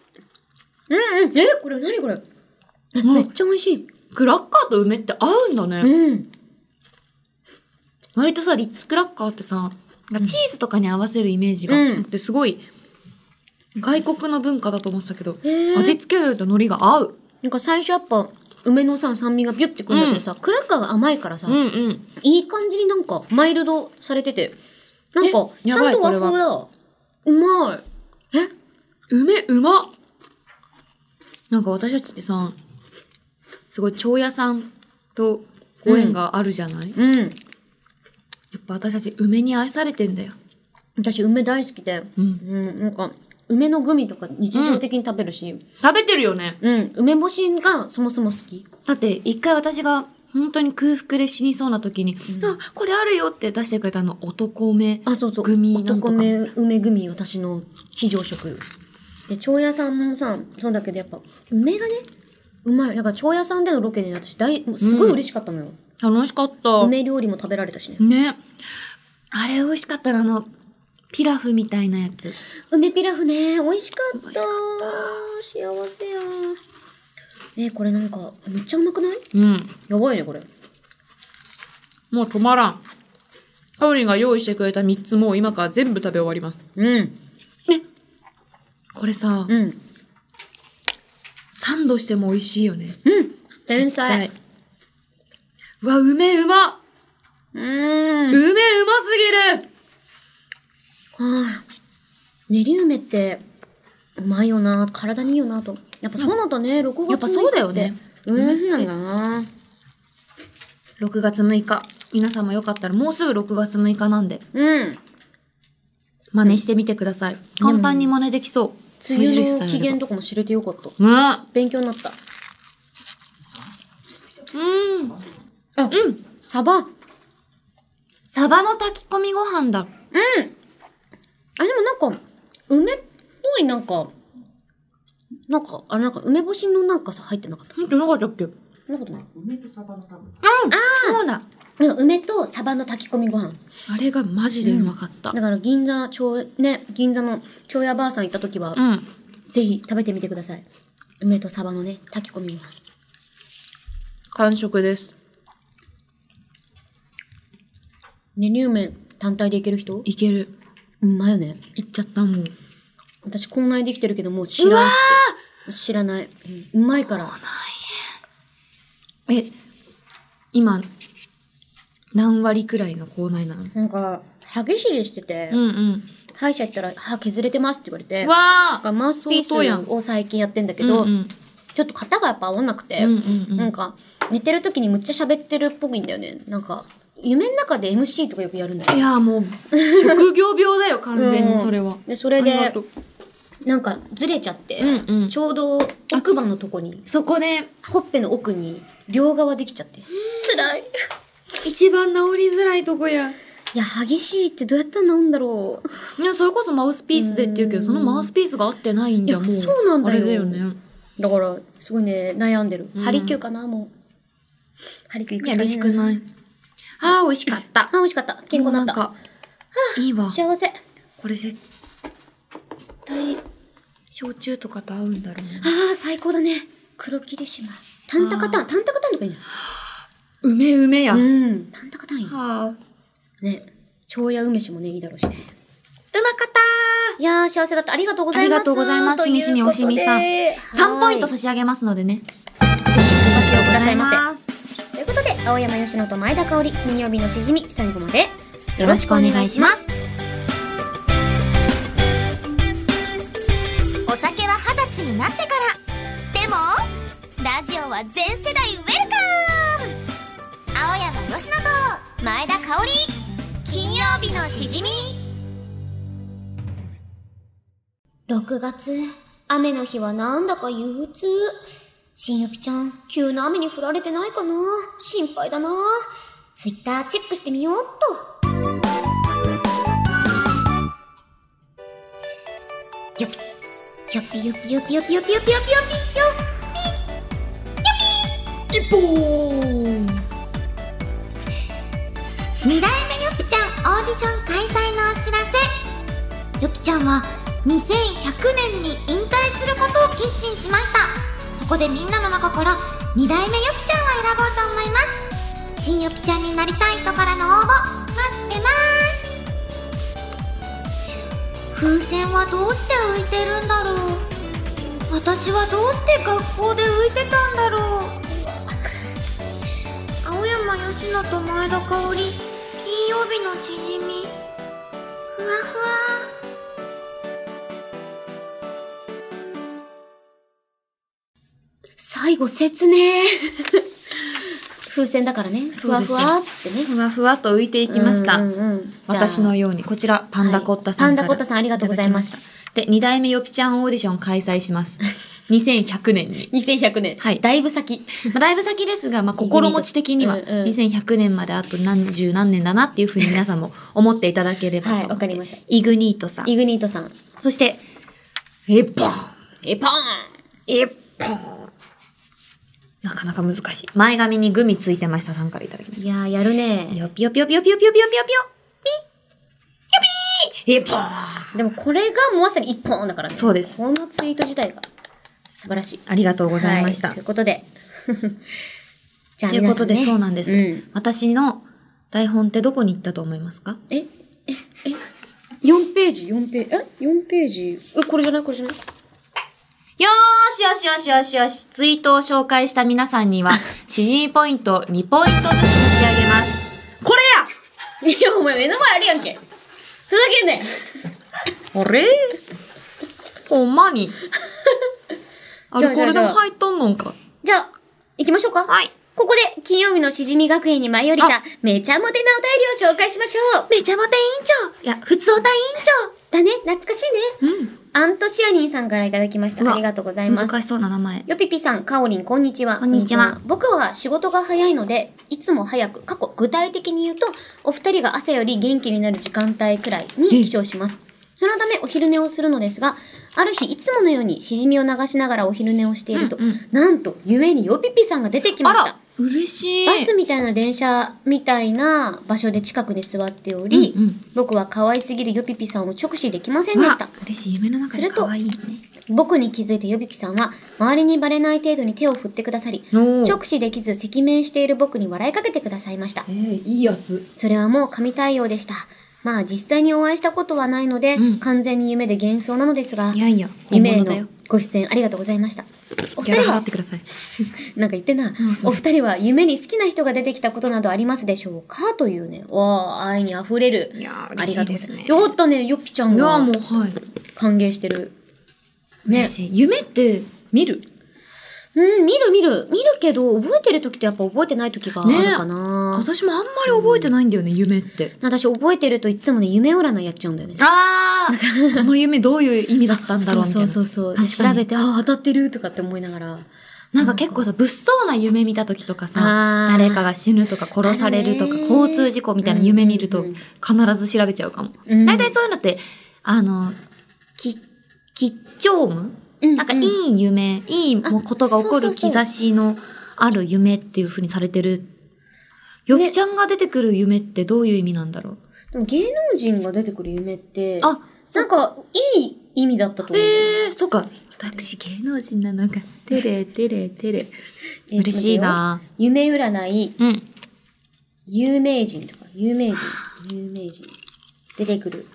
Speaker 1: うんうん。え、これ何これえ
Speaker 2: うん
Speaker 1: めっちゃ美味しい。
Speaker 2: クラッカーと梅って合うんだね。
Speaker 1: うん。
Speaker 2: 割とさ、リッツクラッカーってさ、なんかチーズとかに合わせるイメージが
Speaker 1: うん
Speaker 2: あってすごい、外国の文化だと思ってたけど、
Speaker 1: へー
Speaker 2: 味付けると海苔が合う。
Speaker 1: なんか最初やっぱ、梅のさ、酸味がビュッてくるんだけどさ、クラッカーが甘いからさ、
Speaker 2: うんうん。
Speaker 1: いい感じになんか、マイルドされてて、なんか、
Speaker 2: え
Speaker 1: ち
Speaker 2: や
Speaker 1: ゃ
Speaker 2: ばい
Speaker 1: んと和
Speaker 2: こ
Speaker 1: 風
Speaker 2: れ
Speaker 1: だ。うまい。え
Speaker 2: 梅うまっなんか私たちってさすごい蝶屋さんとご縁があるじゃない、や
Speaker 1: うん。
Speaker 2: っぱ私たち梅に愛されてんだよ
Speaker 1: 私、梅大好きで、
Speaker 2: うん
Speaker 1: うん、なんか、梅のグミとか日常的に食べるし、
Speaker 2: 食べてるよね
Speaker 1: うん、梅干しがそもそも好き。
Speaker 2: だって一回私が本当に空腹で死にそうな時に、あこれあるよって出してくれたあの男梅
Speaker 1: あ、そうそう。
Speaker 2: グミなんと
Speaker 1: 男
Speaker 2: か
Speaker 1: 梅、梅グミ、私の非常食。で、蝶屋さんもさ、そうだけどやっぱ、梅がね、うまい。だから、蝶屋さんでのロケで私大、もうすごい嬉しかったのよ。
Speaker 2: 楽しかった
Speaker 1: 梅料理も食べられたしね。
Speaker 2: ねあれ美味しかったなあのピラフみたいなやつ
Speaker 1: 梅ピラフね、美味しかった。
Speaker 2: 美味しか
Speaker 1: 幸せや。ねこれなんか、めっちゃうまくない
Speaker 2: うん
Speaker 1: やばいね、これ。
Speaker 2: もう止まらんカオリンが用意してくれた3つもう今から全部食べ終わります
Speaker 1: うん。
Speaker 2: これさ、
Speaker 1: うん。
Speaker 2: サンドしても美味しいよね。
Speaker 1: うん。天才。
Speaker 2: 絶対。うわ、梅うま
Speaker 1: うーん。
Speaker 2: 梅うますぎる
Speaker 1: はあ、練り梅ってうまいよな体にいいよなとやっぱそうなんだね、6月
Speaker 2: やっぱそうだよね
Speaker 1: うんなんだな
Speaker 2: !6 月6日。皆さんもよかったら、もうすぐ6月6日なんで、
Speaker 1: うん
Speaker 2: 真似してみてください。簡単に真似できそう。
Speaker 1: 梅
Speaker 2: 無印
Speaker 1: 雨
Speaker 2: さ
Speaker 1: の
Speaker 2: んよ
Speaker 1: 期
Speaker 2: り
Speaker 1: 限とかも知れてよかった
Speaker 2: は
Speaker 1: 勉強になった
Speaker 2: うん。うん。
Speaker 1: あ
Speaker 2: うん。
Speaker 1: サバあで
Speaker 2: サバの炊き込みご飯だ。
Speaker 1: もなんか梅っぽいなんかなんかあれなんか梅干しのなんかさ入ってなかった
Speaker 2: なんてなかったっけうん。
Speaker 1: そんなことない
Speaker 3: 梅とサバの多分。
Speaker 2: そうだ。
Speaker 1: なんか梅とサバの炊き込みご飯
Speaker 2: あれがマジでうまかった。
Speaker 1: だから銀座町ね銀座の京屋ばあさん行った時は、
Speaker 2: うん。
Speaker 1: ぜひ食べてみてください梅とサバのね炊き込みご飯
Speaker 2: 完食です。
Speaker 1: 練り梅単体でいける人
Speaker 2: いける。
Speaker 1: うまいよね。
Speaker 2: いっちゃったもう。
Speaker 1: 私、こんなにできてるけど、もう知らんっつって。知らない。うんうまいから。
Speaker 2: え、今、何割くらいの口内なの
Speaker 1: なんか、歯ぎしりしてて、
Speaker 2: んうん。
Speaker 1: 歯医者行ったら、歯削れてますって言われて、なん
Speaker 2: わ
Speaker 1: かマウスピー
Speaker 2: 相当やん
Speaker 1: スを最近やってんだけど、
Speaker 2: うんうん
Speaker 1: ちょっと型がやっぱ合わなくて、
Speaker 2: うんうんうん
Speaker 1: なんか、寝てる時にむっちゃ喋ってるっぽいんだよね。なんか、夢の中で MC とかよくやるんだよ。
Speaker 2: いや、もう、職業病だよ、完全にそれは
Speaker 1: う。んでそれで
Speaker 2: ありがとう
Speaker 1: なんかずれちゃって、
Speaker 2: うんうん
Speaker 1: ちょうど奥歯のとこに、
Speaker 2: そこね、
Speaker 1: ほっぺの奥に両側できちゃって。辛い。
Speaker 2: 一番治りづらいとこや。
Speaker 1: いや、歯ぎしりってどうやったら治んだろう。
Speaker 2: いや、それこそマウスピースでって言うけど、そのマウスピースが合ってないんじゃ、
Speaker 1: い
Speaker 2: も
Speaker 1: や
Speaker 2: う。
Speaker 1: そうなんだよ
Speaker 2: あれだよね。
Speaker 1: だから、すごいね、悩んでる。
Speaker 2: うん
Speaker 1: ハリキューかな、もう。ハリキュー行く。
Speaker 2: いや、嬉しくないい。ああ、美味しかった
Speaker 1: あ、。美味しかった。健康になっ
Speaker 2: もう
Speaker 1: た。
Speaker 2: んか、いいわ。
Speaker 1: 幸せ。
Speaker 2: これ絶対、焼酎とかと合うんだろうね。
Speaker 1: ああ、最高だね。黒霧島。タンタカタン。タンタカタンとかいいんじ
Speaker 2: 梅梅や。
Speaker 1: ゃん。
Speaker 2: は
Speaker 1: うん。タンタカタンいいね。
Speaker 2: あ。うまか
Speaker 1: ね。蝶や梅酒もね、いいだろうしね。
Speaker 2: った
Speaker 1: いやー、幸せだった。ありがとうございます。
Speaker 2: ありがとうございます
Speaker 1: とうことで
Speaker 2: しみしみおしみさん
Speaker 1: はい
Speaker 2: 3ポイント差し上げますのでね。
Speaker 1: ぜひご活用くださいませ。
Speaker 2: せ。
Speaker 1: ということで、青山吉野と前田香織、金曜日のしじみ、最後までよろしくお願いします。
Speaker 4: お酒は二十歳になってからでもラジオは全世代ウェルカム青山吉野と前田香織金曜日のしじみ
Speaker 1: 6月、雨の日はなんだか憂鬱。新よぴちゃん、急な雨に降られてないかな心配だな。ツイッターチェックしてみようっと。
Speaker 4: よぴよぴよぴよぴよぴよぴよぴよぴよ
Speaker 2: 一本
Speaker 4: ぴ2代目よぴちゃんオーディション開催のお知らせよぴちゃんは2100年に引退することを決心しましたそこでみんなの中から2代目よぴちゃんを選ぼうと思います新よぴちゃんになりたい人からの応募待ってます風船はどうして浮いてるんだろう私はどうして学校で浮いてたんだろう青山吉野と前田香織金曜日のしじみふわふわ
Speaker 1: 最後、説明。 風船だからね。ふ
Speaker 2: そう
Speaker 1: わ
Speaker 2: です
Speaker 1: ふ
Speaker 2: よ
Speaker 1: わっつってね。
Speaker 2: ふわふわと浮いていきました。
Speaker 1: うんうんうん
Speaker 2: 私のように。こちら、パンダコッタさんか
Speaker 1: はいパンダ
Speaker 2: ら、
Speaker 1: コッタさんありがとうございます
Speaker 2: ただきました。で、二代目よぴちゃんオーディション開催します。2100年 に。
Speaker 1: 2100年。
Speaker 2: はい
Speaker 1: だいぶ先。
Speaker 2: まあ、だいぶ先ですが、まあ、心持ち的には、
Speaker 1: うんうん
Speaker 2: 2100年まであと何十何年だなっていうふうに皆さんも思っていただければと思って。
Speaker 1: はいわかりました
Speaker 2: イグニートさん。
Speaker 1: イグニートさん。
Speaker 2: そして、えっぽん
Speaker 1: え、パーン
Speaker 2: えっぽんなかなか難しい。前髪にグミついてましたさんからいただきまし
Speaker 1: い
Speaker 2: た
Speaker 1: やー、やるね。
Speaker 2: よぴよぴよぴよぴよぴよぴよぴよぴよぴよぴーえぽー
Speaker 1: でもこれがもうまさに一本だからね。
Speaker 2: そうです
Speaker 1: このツイート自体が素晴らしい。
Speaker 2: ありがとうございました。
Speaker 1: はという
Speaker 2: と
Speaker 1: ことで。 じゃあ
Speaker 2: いう
Speaker 1: 皆
Speaker 2: こ
Speaker 1: さ
Speaker 2: と
Speaker 1: ん、ね、
Speaker 2: で、そうなんです、
Speaker 1: ん
Speaker 2: 私の台本ってどこに行ったと思いますか
Speaker 1: え、え、え、4ページ、4ページ、え ?4 ページ。え、これじゃないこれじゃない
Speaker 2: よーしよしよしよしよし。ツイートを紹介した皆さん には、詩人ポイント2ポイントずつ差し上げます。これ
Speaker 1: いや、お前目の前あるやんけ。ふざけんなよ。
Speaker 2: やあれほんま に。アルコールでも入っとんのんか。
Speaker 1: じゃあ、行きましょうか。
Speaker 2: はい。
Speaker 1: ここで、金曜日のしじみ学園に舞い降り
Speaker 2: あ
Speaker 1: た、めちゃモテなお便りを紹介しましょう。
Speaker 2: めちゃモテ委員長いや、普通大委
Speaker 1: だね、懐かしいね。
Speaker 2: 員長うん。
Speaker 1: アントシアニンさんからいただきまし
Speaker 2: う
Speaker 1: た。
Speaker 2: わ
Speaker 1: ありがとうございます。
Speaker 2: 難しそうな名前。
Speaker 1: よぴぴさん、かおりん、こんにちは。
Speaker 2: こんにちは
Speaker 1: 僕は仕事が早いので、いつも早く、過去、具体的に言うと、お二人が朝より元気になる時間帯くらいに起床します。そのためお昼寝をするのですが、ある日いつものようにしじみを流しながらお昼寝をしていると、
Speaker 2: うんうん
Speaker 1: なんと、夢によぴぴさんが出てきまし
Speaker 2: あら
Speaker 1: た。、
Speaker 2: 嬉しい。
Speaker 1: バスみたいな電車みたいな場所で近くに座っており、
Speaker 2: うんうん
Speaker 1: 僕は可愛すぎるよぴぴさんを直視できませんでした
Speaker 2: わ。嬉しい。夢の
Speaker 1: す
Speaker 2: 中で
Speaker 1: ると
Speaker 2: 可愛いね。
Speaker 1: 僕に気づいたよびぴさんは、周りにバレない程度に手を振ってくださり、
Speaker 2: おー
Speaker 1: 直視できず赤面している僕に笑いかけてくださいました
Speaker 2: え。ー、いいやつ。
Speaker 1: それはもう神対応でした。まあ実際にお会いしたことはないので、
Speaker 2: うん
Speaker 1: 完全に夢で幻想なのですが
Speaker 2: い、やいや、本
Speaker 1: 夢へ
Speaker 2: 物だ
Speaker 1: の
Speaker 2: よ。
Speaker 1: ご出演ありがとうございました。お
Speaker 2: ギ
Speaker 1: 二
Speaker 2: ャ
Speaker 1: 人
Speaker 2: ラ払
Speaker 1: は
Speaker 2: っ、てください。
Speaker 1: なんか言ってな
Speaker 2: うんすいません
Speaker 1: お二人は夢に好きな人が出てきたことなどありますでしょうかというね、おー、愛に溢れる。
Speaker 2: いやー
Speaker 1: あ
Speaker 2: 嬉
Speaker 1: り
Speaker 2: しい
Speaker 1: がとう
Speaker 2: で
Speaker 1: ござい
Speaker 2: す
Speaker 1: ま
Speaker 2: ね
Speaker 1: す。よかったね、よっぴちゃん
Speaker 2: いや
Speaker 1: が
Speaker 2: もうはい。
Speaker 1: 歓迎してる。ね
Speaker 2: 嬉。しい。夢って見る
Speaker 1: うん、見る見る。見るけど、覚えてる時とやっぱ覚えてない時があるかな。
Speaker 2: 私もあんまり覚えてないんだよね、夢って。
Speaker 1: 私覚えてるといつもね、夢占いやっちゃうんだよね。
Speaker 2: ああ この夢どういう意味だったんだ
Speaker 1: そうう
Speaker 2: ろみたい
Speaker 1: そ
Speaker 2: な。
Speaker 1: うそうそう。で
Speaker 2: 確か
Speaker 1: 調
Speaker 2: に
Speaker 1: べて、ああ、当たってるとかって思いながら。
Speaker 2: なんか結構さ、物騒な夢見た時とかさ
Speaker 1: あ、ー
Speaker 2: 誰かが死ぬとか殺されるとか、
Speaker 1: あるね
Speaker 2: 交通事故みたいな夢見ると
Speaker 1: うんうんうん、
Speaker 2: 必ず調べちゃうかも。
Speaker 1: うん
Speaker 2: 大体そういうのって、あの、き、吉兆夢
Speaker 1: な
Speaker 2: なんかいい夢、いいもうことが起こる
Speaker 1: あそうそうそう
Speaker 2: 兆しのある夢っていう風にされてる。よきちゃんが出てくる夢ってどういう意味なんだろう、
Speaker 1: でも芸能人が出てくる夢って、
Speaker 2: あ、
Speaker 1: なんか、いい意味だったと思う。
Speaker 2: ええー、そっか。私芸能人なのか。てれてれてれ。
Speaker 1: えー
Speaker 2: 嬉しいな
Speaker 1: 夢占い、
Speaker 2: うん。
Speaker 1: 有名人とか、有名人、有名人、出てくる。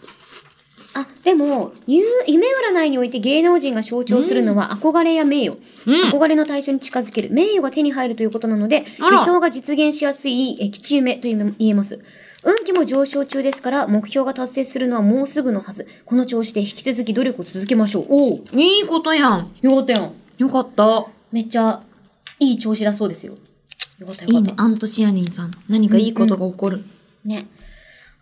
Speaker 1: あ、でも、ゆ夢占いにおいて芸能人が象徴するのは憧れや名誉。
Speaker 2: うん。
Speaker 1: 憧れの対象に近づける。名誉が手に入るということなので、
Speaker 2: あら
Speaker 1: 理想が実現しやすい、え、吉夢と言えます。運気も上昇中ですから、目標が達成するのはもうすぐのはず。この調子で引き続き努力を続けましょう。おう
Speaker 2: いいことやん。
Speaker 1: よかったよ。
Speaker 2: よかった。
Speaker 1: めっちゃ、いい調子だそうですよ。よかったよ
Speaker 2: い
Speaker 1: か
Speaker 2: い
Speaker 1: った。
Speaker 2: ね。アントシアニンさん。何かいいことが起こる。
Speaker 1: ね。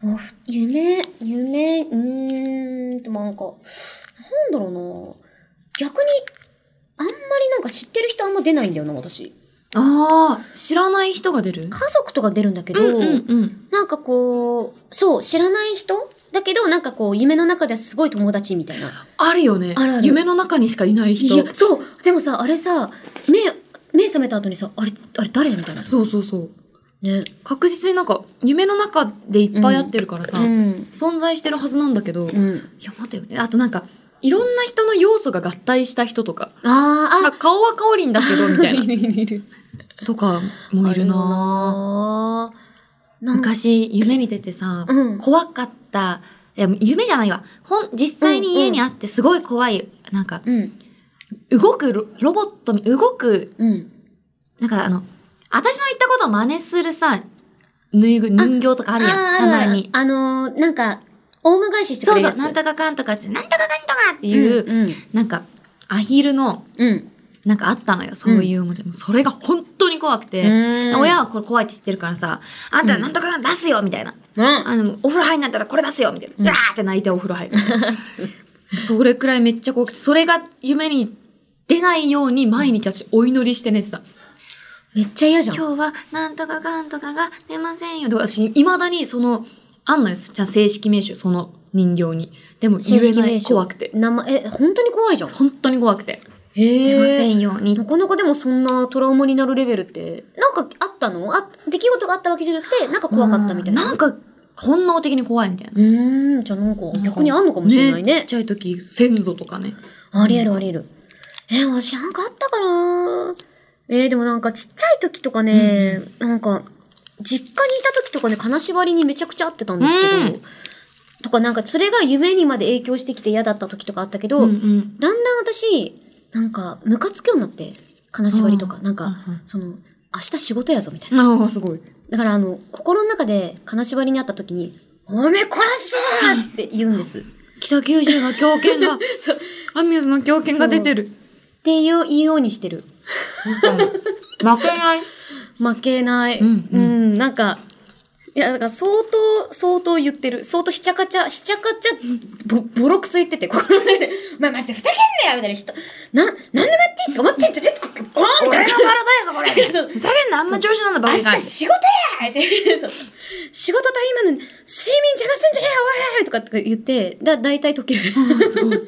Speaker 1: もうふ夢、夢、うーんと、なんか、なんだろうな逆に、あんまりなんか知ってる人あんま出ないんだよな、私。
Speaker 2: ああ、知らない人が出る
Speaker 1: 家族とか出るんだけど、
Speaker 2: うんうんうん。
Speaker 1: なんかこう、そう、知らない人だけど、なんかこう、夢の中ですごい友達みたいな。
Speaker 2: あるよね。
Speaker 1: あるある
Speaker 2: 夢の中にしかいない人。
Speaker 1: いや、そう、でもさ、あれさ、目、目覚めた後にさ、あれ、あれ誰みたいな。
Speaker 2: そうそうそう。
Speaker 1: ね。
Speaker 2: 確実になんか、夢の中でいっぱいあってるからさ、
Speaker 1: うん。
Speaker 2: 存在してるはずなんだけど、
Speaker 1: う
Speaker 2: い
Speaker 1: ん。
Speaker 2: や、待てよね。あとなんか、いろんな人の要素が合体した人とか、
Speaker 1: あー、
Speaker 2: なん
Speaker 1: あ、
Speaker 2: か顔はかおりんだけど、みたい な。
Speaker 1: る いるいる。
Speaker 2: とか、もいるなぁ
Speaker 1: なぁ。なんか、
Speaker 2: 昔、夢に出てさ、
Speaker 1: うん
Speaker 2: 怖かった、いや、夢じゃないわ。ほん、実際に家にあってすごい怖い、なんか、
Speaker 1: うん。
Speaker 2: 動くロロボット、動く、
Speaker 1: うん。
Speaker 2: なんかあの、私の言ったことを真似するさ、ぬいぐ、人形とかあるやん、
Speaker 1: あ
Speaker 2: た
Speaker 1: ー
Speaker 2: まに。
Speaker 1: あるあるあのー、なんか、オウム返ししてく
Speaker 2: そ
Speaker 1: れ
Speaker 2: う
Speaker 1: る
Speaker 2: そ
Speaker 1: や
Speaker 2: う、
Speaker 1: つ。
Speaker 2: なんとかかんとかって、なんとかかんとかって
Speaker 1: うん
Speaker 2: いう、
Speaker 1: うん。
Speaker 2: なんか、アヒルの、
Speaker 1: うん。
Speaker 2: なんかあったのよ、そういうおもちゃ。もうそれが本当に怖くて、
Speaker 1: うん
Speaker 2: 親はこれ怖いって知ってるからさ、あんたなんとかかん出すよみたいな。
Speaker 1: うん。
Speaker 2: あの、お風呂入んなったらこれ出すよみたいな。うわーって泣いてお風呂入る。それくらいめっちゃ怖くて、それが夢に出ないように毎日私お祈りして寝てた。
Speaker 1: めっちゃ嫌じゃん。
Speaker 2: 今日はなんとかかんとかが出ませんよ。で私、未だにその、あんのよ、じゃあ正式名称、その人形に。でも言えな
Speaker 1: 正式名
Speaker 2: い、
Speaker 1: 称
Speaker 2: 怖くて。
Speaker 1: 名前、え、本当に怖いじゃん。
Speaker 2: 本当に怖くて。
Speaker 1: へ
Speaker 2: 出ませ
Speaker 1: え。
Speaker 2: んように
Speaker 1: なかなかでもそんなトラウマになるレベルって、なんかあったのあ、出来事があったわけじゃなくて、なんか怖かったみたいな。
Speaker 2: なんか、本能的に怖いみたいな。
Speaker 1: うーん、じゃあなんか逆にあんのかもしれない
Speaker 2: ちっ
Speaker 1: ね。
Speaker 2: ちゃい時、先祖とかね。
Speaker 1: ありえるありえる。えー、私なんかあったかなえー、でもなんかちっちゃい時とかね、なんか、実家にいた時とかね、金縛りにめちゃくちゃ会ってたんですけど、
Speaker 2: うん
Speaker 1: とかなんかそれが夢にまで影響してきて嫌だった時とかあったけど、
Speaker 2: うんうん
Speaker 1: だんだん私、なんか、ムカつくようになって、金縛りとか、なんか、その、明日仕事やぞみたいな。
Speaker 2: ああ、すごい。
Speaker 1: だからあの、心の中で金縛りにあった時に、おめえ殺すぞって言うんです。
Speaker 2: 北九州の狂犬 が、アミューズの狂犬が出てる。
Speaker 1: っていう、言うようにしてる。
Speaker 2: 負けない。
Speaker 1: 負けない。
Speaker 2: うんうん
Speaker 1: なんか、いや、だから相当、相当言ってる。相当しちゃかちゃ、しちゃかちゃ、ぼ、ボロクソ言ってて、この中で、お前マジでふざけんなよみたいな人、な、なんで待っていいか待ってんじゃねえとか、ボーンみたいな。
Speaker 2: 体 やぞ、
Speaker 1: そ
Speaker 2: こ
Speaker 1: う
Speaker 2: ふざけんな、あんま調子なんだ、バ
Speaker 1: 明
Speaker 2: カが
Speaker 1: 日。仕事やって、そう仕事と今の睡眠邪魔すんじゃねえよおいとかって言って、だ、大体解ける。
Speaker 2: すごい。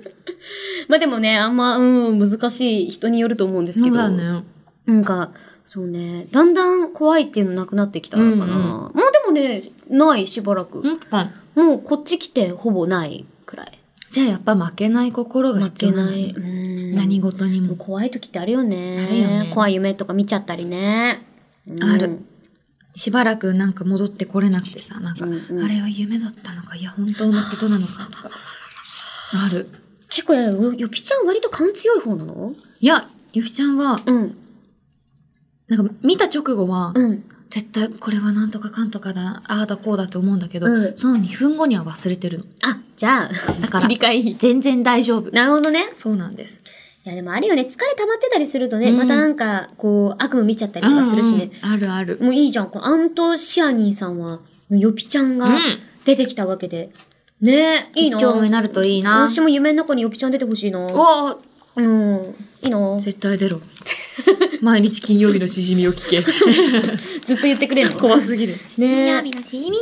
Speaker 1: まあでもね、あんま、うん、難しい人によると思うんですけ
Speaker 2: そう
Speaker 1: ど。
Speaker 2: だね。
Speaker 1: なんか、そうね、だんだん怖いっていうのなくなってきたかな。
Speaker 2: うんうん
Speaker 1: もうでもね、ない、しばらく。
Speaker 2: うんうん。
Speaker 1: もうこっち来てほぼないくらい。
Speaker 2: じゃあやっぱ負けない心が
Speaker 1: 負
Speaker 2: 必要
Speaker 1: け
Speaker 2: なの
Speaker 1: ない。うん
Speaker 2: 何事に
Speaker 1: もう
Speaker 2: も。
Speaker 1: 怖い時ってあるよね。
Speaker 2: あるよね
Speaker 1: 怖い夢とか見ちゃったりね。うん
Speaker 2: ある。しばらくなんか戻ってこれなくてさ、なんか、
Speaker 1: うんうん
Speaker 2: あれは夢だったのか、いや、本当のことなのか、とか。ある。
Speaker 1: 結構やる、よよぴちゃん割と勘強い方なの
Speaker 2: いや、ゆきちゃんは、
Speaker 1: うん。
Speaker 2: なんか見た直後は、
Speaker 1: うん。
Speaker 2: 絶対これはなんとかかんとかだ、ああだこうだって思うんだけど、
Speaker 1: うん
Speaker 2: その2分後には忘れてるの。
Speaker 1: あ、じゃあ、
Speaker 2: だから
Speaker 1: 切り替えいい。
Speaker 2: 全然大丈夫。
Speaker 1: なるほどね。
Speaker 2: そうなんです。
Speaker 1: いやでもあるよね、疲れ溜まってたりするとね、
Speaker 2: うん
Speaker 1: またなんか、こう、悪夢見ちゃったりとかするしね。
Speaker 2: うんうんあるある。
Speaker 1: もういいじゃん。このアントシアニーさんは、ヨピちゃんが
Speaker 2: うん
Speaker 1: 出てきたわけで。ねえ、いいな。
Speaker 2: 一丁目になるといいな。
Speaker 1: 私も夢の中にヨピちゃん出てほしいな。
Speaker 2: おお
Speaker 1: うん。いいな。ずっ
Speaker 2: 絶対 出ろ。毎日金曜日のしじみを聞け。
Speaker 1: と言ってくれ るの。
Speaker 2: 怖すぎる。
Speaker 1: ねえ
Speaker 4: 金曜。日のしじみ。
Speaker 1: い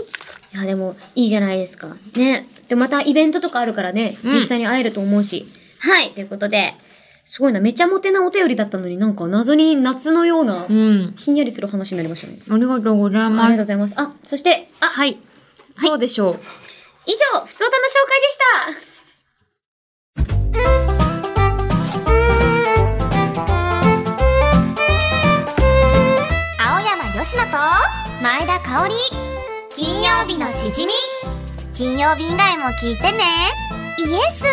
Speaker 1: や、でも、いいじゃないですか。ね。で、またイベントとかあるからね、
Speaker 2: うん
Speaker 1: 実際に会えると思うし。はい、ということで、すごいな、めちゃモテなお便りだったのになんか謎に夏のような
Speaker 2: う、ん。
Speaker 1: ひんやりする話になりましたね。
Speaker 2: ありがとうござい
Speaker 1: ありがとう
Speaker 2: ます。
Speaker 1: ございます。あ、そして、あ、
Speaker 2: はい。そうでしょう。
Speaker 1: 以上、ふつおたの紹介でした。
Speaker 4: 青山よしと前田香織金曜日のしじみ金曜日以外も聞いてねイエス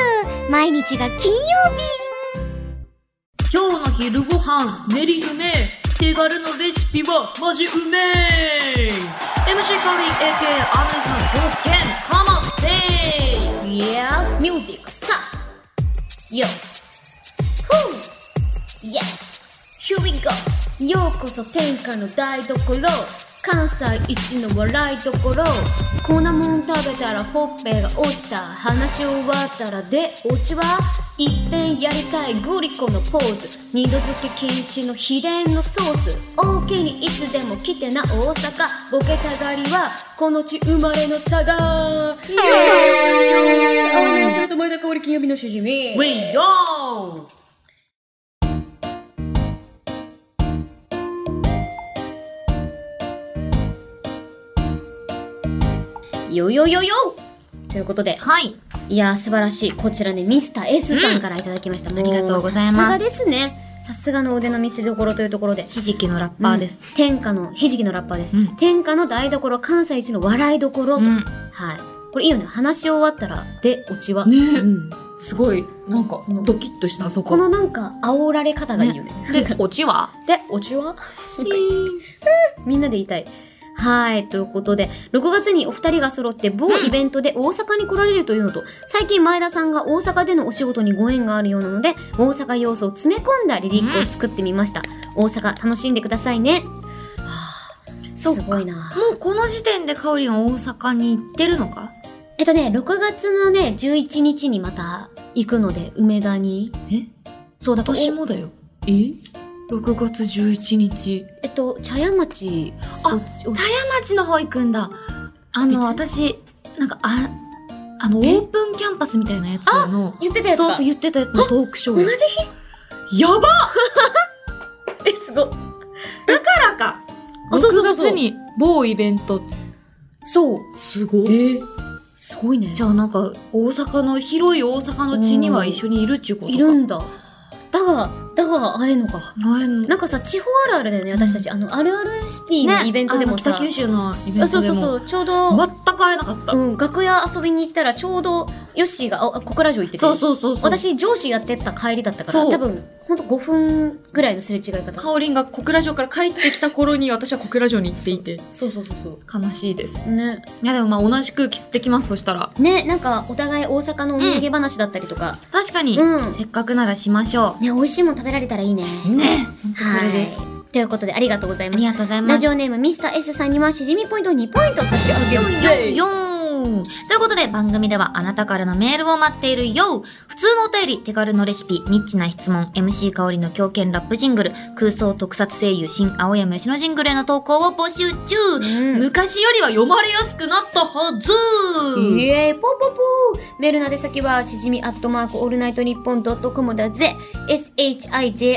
Speaker 4: 毎日が金曜
Speaker 2: 今日の昼ご飯、練りうめえ。手軽のレシピはマジうめえ。MC カオリ AK アメさんごけんかまって。
Speaker 1: Yeah, music, stop! Yo! Whoo! Yeah! Here we go! ようこそ天下の台所関西一の笑いどころこんなもん食べたらほっぺが落ちた話終わったらで落ちはいっぺんやりたいグリコのポーズ二度漬け禁止の秘伝のソース大きにいつでも来てな大阪ボケたがりはこの地生まれの佐賀イエーイ青いショート前田香織金曜日のしじみ
Speaker 2: ウェイヨー
Speaker 1: よよよよということで、
Speaker 2: はい。
Speaker 1: いやー素晴らしい。こちらね、ミスター S さんからいただきました。も
Speaker 2: ありがとうございま
Speaker 1: さすが
Speaker 2: す
Speaker 1: ですね。さすがの腕の見せ所というところで。
Speaker 2: ひじきのラッパーです。
Speaker 1: うん天下の、ひじきのラッパーです。
Speaker 2: うん
Speaker 1: 天下の台所、関西一の笑いどころと。
Speaker 2: うん
Speaker 1: はい。これいいよね。話終わったら、で、オチは。
Speaker 2: ね
Speaker 1: うん
Speaker 2: すごい、なんか
Speaker 1: うん
Speaker 2: キッとした、そ
Speaker 1: このなんか、煽られ方がいいよね。
Speaker 2: で、オチは
Speaker 1: で、オチはみんなで言いたい。はい。ということで、6月にお二人が揃って某イベントで大阪に来られるというのと、最近前田さんが大阪でのお仕事にご縁があるようなので、大阪要素を詰め込んだリリックを作ってみました。大阪楽しんでくださいね。
Speaker 2: そうか
Speaker 1: すごいな。
Speaker 2: もうこの時点でかおりんは大阪に行ってるのか
Speaker 1: えっとね、6月のね、11日にまた行くので、梅田に。
Speaker 2: え
Speaker 1: そうだから
Speaker 2: 私もだよ。え ?6 月11日。
Speaker 1: おえっと、茶屋町。
Speaker 2: あ
Speaker 1: おお
Speaker 2: 茶屋町の方行くんだ。あの、
Speaker 1: いつ
Speaker 2: 私、なんか、あ、あの、オ
Speaker 1: え
Speaker 2: ープンキャンパスみたいなやつの、
Speaker 1: 言ってたやつ
Speaker 2: そう
Speaker 1: か
Speaker 2: そう言ってたやつのトークショ
Speaker 1: 同
Speaker 2: ー
Speaker 1: じ
Speaker 2: や。
Speaker 1: 日
Speaker 2: やば
Speaker 1: え、すごい。
Speaker 2: からか
Speaker 1: あそうそう
Speaker 2: !6
Speaker 1: そうそう
Speaker 2: 月に某イベント。
Speaker 1: そう。
Speaker 2: すごい。
Speaker 1: すごいね。
Speaker 2: じゃあなんか、大阪の、広い大阪の地には一緒にいるっちゅうことか。
Speaker 1: いるんだ。だが、だが会えんのか。
Speaker 2: 前の
Speaker 1: なんかさ、地方あるあるだよね、私たち。あの、あるあるシティの
Speaker 2: ね
Speaker 1: イベントでもさ。
Speaker 2: あの北九州のイベントでも
Speaker 1: あそうそうそう、ちょうど、
Speaker 2: 全く会えなかった、
Speaker 1: うん、楽屋遊びに行ったら、ちょうど、ヨッシーが、あ、あ小倉城行ってて。
Speaker 2: そうそうそうそう
Speaker 1: 私、上司やってった帰りだったから、
Speaker 2: そう
Speaker 1: 多分、ほんと5分ぐらいのすれ違い方。
Speaker 2: かおりんが小倉城から帰ってきた頃に私は小倉城に行っていて
Speaker 1: そうそうそうそう。
Speaker 2: 悲しいです
Speaker 1: ね。
Speaker 2: いやでもまあ同じ空気吸ってきますそしたら
Speaker 1: ね、なんか、お互い大阪のお土産話だったりとか、
Speaker 2: 確かに、
Speaker 1: うん
Speaker 2: せっかくならしましょ
Speaker 1: ね、美味しいもん食べられたらいいね。
Speaker 2: うね本当
Speaker 1: はい
Speaker 2: それです、
Speaker 1: ということで、ありがとうござい
Speaker 2: あ
Speaker 1: ま
Speaker 2: り
Speaker 1: す。
Speaker 2: がとうございま
Speaker 1: ラ
Speaker 2: す
Speaker 1: ジオネーム、ミスター S さんには、しじみポイント2ポイント差し上げます。
Speaker 2: よーんということで番組ではあなたからのメールを待っているよ普通のお便り、手軽のレシピ、ニッチな質問、MC 香りの狂犬ラップジングル、空想特撮声優新青山吉野ジングルへの投稿を募集中、
Speaker 1: ん
Speaker 2: 昔よりは読まれやすくなったはず
Speaker 1: イエーイポポポーメールの宛先は、しじみアットマークオールナイトニッポンドットコムだぜ shijimi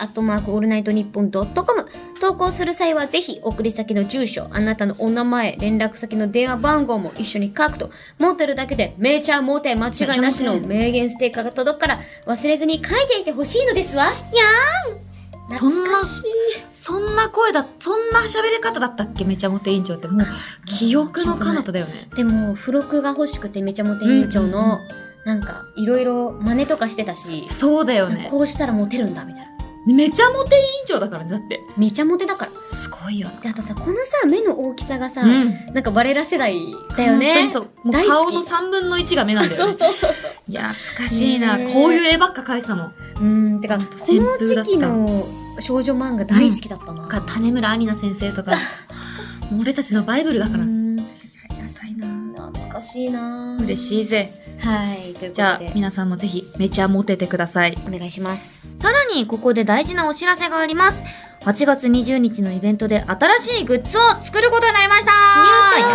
Speaker 1: アットマークオールナイトニッポンドットコム投稿する際はぜひ、送り先の住所、あなたのお名前、連絡先の電話番号も一緒に書くと、持ってるだけで、めちゃモテ間違いなしの名言ステッカーが届くから、忘れずに書いていてほしいのですわ。
Speaker 2: そんな
Speaker 1: 懐か、しい
Speaker 2: そんな声だ、そんな喋り方だったっけめちゃモテ委員長ってもう、記憶の彼方だよね。
Speaker 1: でも、付録が欲しくて、めちゃモテ委員長の、
Speaker 2: う
Speaker 1: なんか、いろいろ真似とかしてたし、
Speaker 2: そうだよね。
Speaker 1: こうしたらモテるんだ、みたいな。
Speaker 2: めちゃモテ委員長だからね、だって。
Speaker 1: めちゃモテだから。
Speaker 2: すごいよな。
Speaker 1: で、あとさ、このさ、目の大きさがさ、
Speaker 2: うん。
Speaker 1: なんか我ら世代だよね。
Speaker 2: 本当にそう。もう
Speaker 1: 大好
Speaker 2: 顔
Speaker 1: き
Speaker 2: の3分の1が目なんだよ、ね。
Speaker 1: そうそうそうそう。
Speaker 2: いや、懐かしいな。
Speaker 1: ねえ
Speaker 2: こういう絵ばっか描いてたもん。
Speaker 1: うん、てか、こ
Speaker 2: 旋
Speaker 1: の
Speaker 2: 風だ
Speaker 1: 時
Speaker 2: った
Speaker 1: 期の少女漫画大好きだったな。
Speaker 2: なんか、種村アリナ先生とか、もう俺たちのバイブルだから
Speaker 1: う。ん
Speaker 2: 野菜な
Speaker 1: 懐かしいな
Speaker 2: 嬉しいぜ。
Speaker 1: はい、ということで。
Speaker 2: じゃあ、皆さんもぜひ、めちゃモテてください。
Speaker 1: お願いします。
Speaker 4: さらにここで大事なお知らせがあります。8月20日のイベントで新しいグッズを作ることになりましたや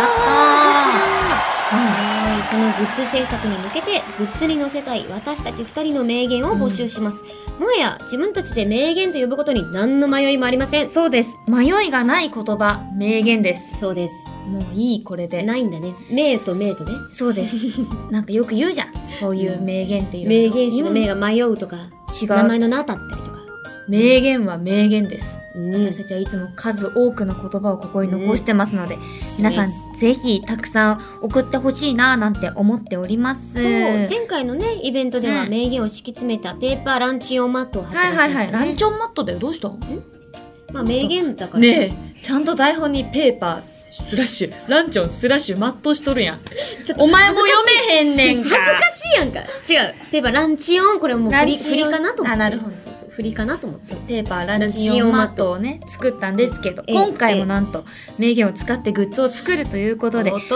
Speaker 1: やったー
Speaker 2: うん
Speaker 1: はい、そのグッズ制作に向けて、グッズに載せたい私たち二人の名言を募集します。もはや自分たちで名言と呼ぶことに何の迷いもありません。
Speaker 2: そうです。迷いがない言葉、名言です。
Speaker 1: そうです。
Speaker 2: もういい、これで。
Speaker 1: ないんだね。名と名とね。
Speaker 2: そ うです。なんかよく言うじゃん。そういう名言っていうの。
Speaker 1: 名言師の名
Speaker 2: うん
Speaker 1: が迷うとか、
Speaker 2: 違う
Speaker 1: 名前の名だったりとか。
Speaker 2: 名言は名言です。
Speaker 1: うん
Speaker 2: 私。たちはいつも数多くの言葉をここに残してますので、皆さ
Speaker 1: で
Speaker 2: んぜひたくさん送ってほしいななんて思っております。
Speaker 1: そう、前回のね、イベントで
Speaker 2: う
Speaker 1: は
Speaker 2: ん
Speaker 1: 名言を敷き詰めたペーパーランチ用マットを発
Speaker 2: はい
Speaker 1: 売し
Speaker 2: は
Speaker 1: まし
Speaker 2: い
Speaker 1: た
Speaker 2: はい。
Speaker 1: ね。
Speaker 2: ランチョンマットだよ。どうした
Speaker 1: まあ名言だから。
Speaker 2: ねえ、ちゃんと台本にペーパー、スラッシュ、ランチョン、スラッシュ、マットしとるやん。お前も読めへんねん
Speaker 1: 恥
Speaker 2: か
Speaker 1: ず。かしいやんか。違う。ペーパーランチ用これもう振り、振りかなと思って。
Speaker 2: あ、なるほど。
Speaker 1: そうそう。振りかなと思って。
Speaker 2: ペーパーランチ用マットをね作ったんですけど
Speaker 1: ええ
Speaker 2: 今回もなんと名言を使ってグッズを作るということで
Speaker 1: おっと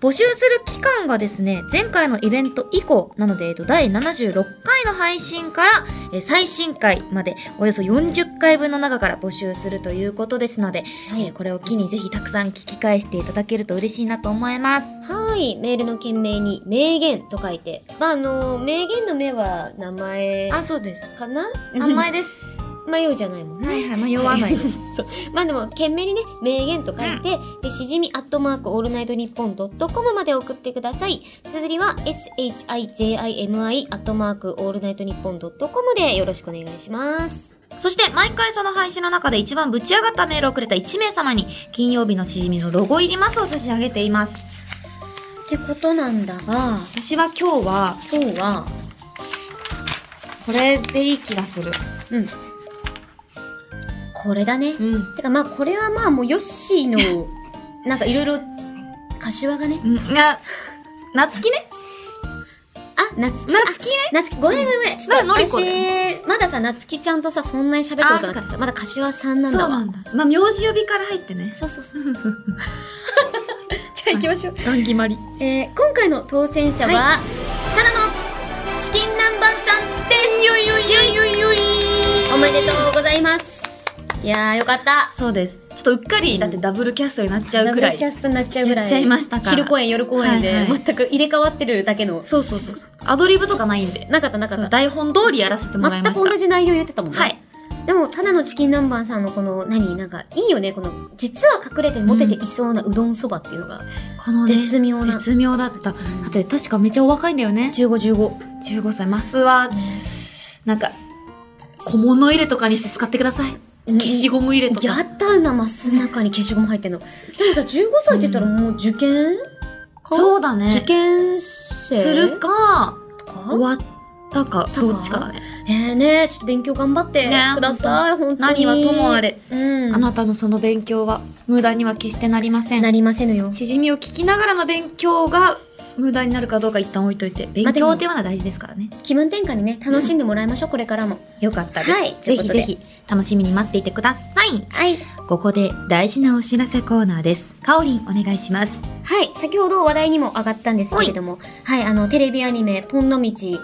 Speaker 2: 募集する期間がですね前回のイベント以降なので、えっと、第76回の配信から、えー最新回までおよそ40回分の中から募集するということですので、
Speaker 1: はい
Speaker 2: えーこれを機にぜひたくさん聞き返していただけると嬉しいなと思います。
Speaker 1: はい。メールの件名に、名言と書いて。まあ、あの、名言の名は名前
Speaker 2: あそうです
Speaker 1: かな
Speaker 2: 名前です。
Speaker 1: 迷うじゃないもんね。
Speaker 2: はいはい迷わない です。
Speaker 1: まあでも、懸命にね、名言と書いて、で、しじみアットマークオールナイトニッポンドットコムまで送ってください。すずりは、shijimi アットマークオールナイトニッポンドットコムでよろしくお願いします。
Speaker 2: そして、毎回その配信の中で一番ぶち上がったメールをくれた1名様に、金曜日のしじみのロゴ入りますを差し上げています。
Speaker 1: ってことなんだが、
Speaker 2: 私は今日は、
Speaker 1: 今日は、
Speaker 2: これでいい気がする。
Speaker 1: うん。これだね。
Speaker 2: うん。
Speaker 1: てかまあこれはまあもうヨッシーのなんかいろいろ柏がね
Speaker 2: うん、が、夏希ね
Speaker 1: あ夏希
Speaker 2: 夏希ね
Speaker 1: 夏希ごめんごめんごめんちょっと
Speaker 2: のりこ
Speaker 1: 私
Speaker 2: だ
Speaker 1: まださ夏希ちゃんとさそんなに喋ったことなく
Speaker 2: あ
Speaker 1: て
Speaker 2: そ
Speaker 1: さまだ柏さんなんだ
Speaker 2: そ
Speaker 1: わ
Speaker 2: うなんだ。まあ、名字呼びから入ってね。
Speaker 1: そうそうそう
Speaker 2: そうそう。
Speaker 1: じゃあ行きましょう、
Speaker 2: ン決まり。
Speaker 1: えー、今回の当選者は、
Speaker 2: は
Speaker 1: ただのチキン南蛮さんです
Speaker 2: よいよいよいよいよい
Speaker 1: おめでとうございますいやーよかった
Speaker 2: そうです。ちょっとうっかり、だってダブルキャストになっちゃうく
Speaker 1: ダブ
Speaker 2: ら
Speaker 1: ル
Speaker 2: い
Speaker 1: キ。ャストになっちゃうぐらい
Speaker 2: やっちゃいましたから
Speaker 1: 昼公演夜公演で、
Speaker 2: はいはい
Speaker 1: 全く入れ替わってるだけの
Speaker 2: そうそうそうそう。アドリブとかないんで。
Speaker 1: なかったなかった
Speaker 2: 台本通りやらせてもらいました。
Speaker 1: 全く同じ内容言ってたもんね。
Speaker 2: はい。
Speaker 1: でも、ただのチキン南蛮さんのこの、何なんか、いいよね。この、実は隠れてモテていそうなうどんそばっていうのが、
Speaker 2: このね、
Speaker 1: 絶妙な
Speaker 2: 絶妙だった。だって確かめっちゃお若いんだよね。
Speaker 1: 15、15。
Speaker 2: 15歳。マスは、なんか、小物入れとかにして使ってください。
Speaker 1: うん
Speaker 2: 消しゴム入れと
Speaker 1: や
Speaker 2: か。
Speaker 1: ったな、マスの中に消しゴム入ってんの。でもさ、15歳って言ったらもう受験、
Speaker 2: そうだ
Speaker 1: 受
Speaker 2: ね。
Speaker 1: 験生
Speaker 2: するか、
Speaker 1: と
Speaker 2: 終
Speaker 1: か
Speaker 2: わったか、
Speaker 1: か
Speaker 2: どっちかだね。
Speaker 1: えー、ねちょっと勉強頑張って
Speaker 2: ね
Speaker 1: ください、本当に。
Speaker 2: 何はともあ。れ。
Speaker 1: うん。
Speaker 2: あなたのその勉強は、無駄には決してなりませ。
Speaker 1: なんりませぬよ。
Speaker 2: しじみを聞きながらの勉強が、無駄になるかどうか一旦置いといて、勉強っていうのは大事ですからね。
Speaker 1: 気分転換にね、楽しんでもらいましょう、これからも。
Speaker 2: よかったです。
Speaker 1: はい
Speaker 2: ぜひぜひ、楽しみに待っていてください。
Speaker 1: はい。
Speaker 2: ここで大事なお知らせコーナーです。かおりんお願いします。
Speaker 1: はい、先ほど話題にも上がったんですけれども、はい、あの、テレビアニメ、ポンの道で、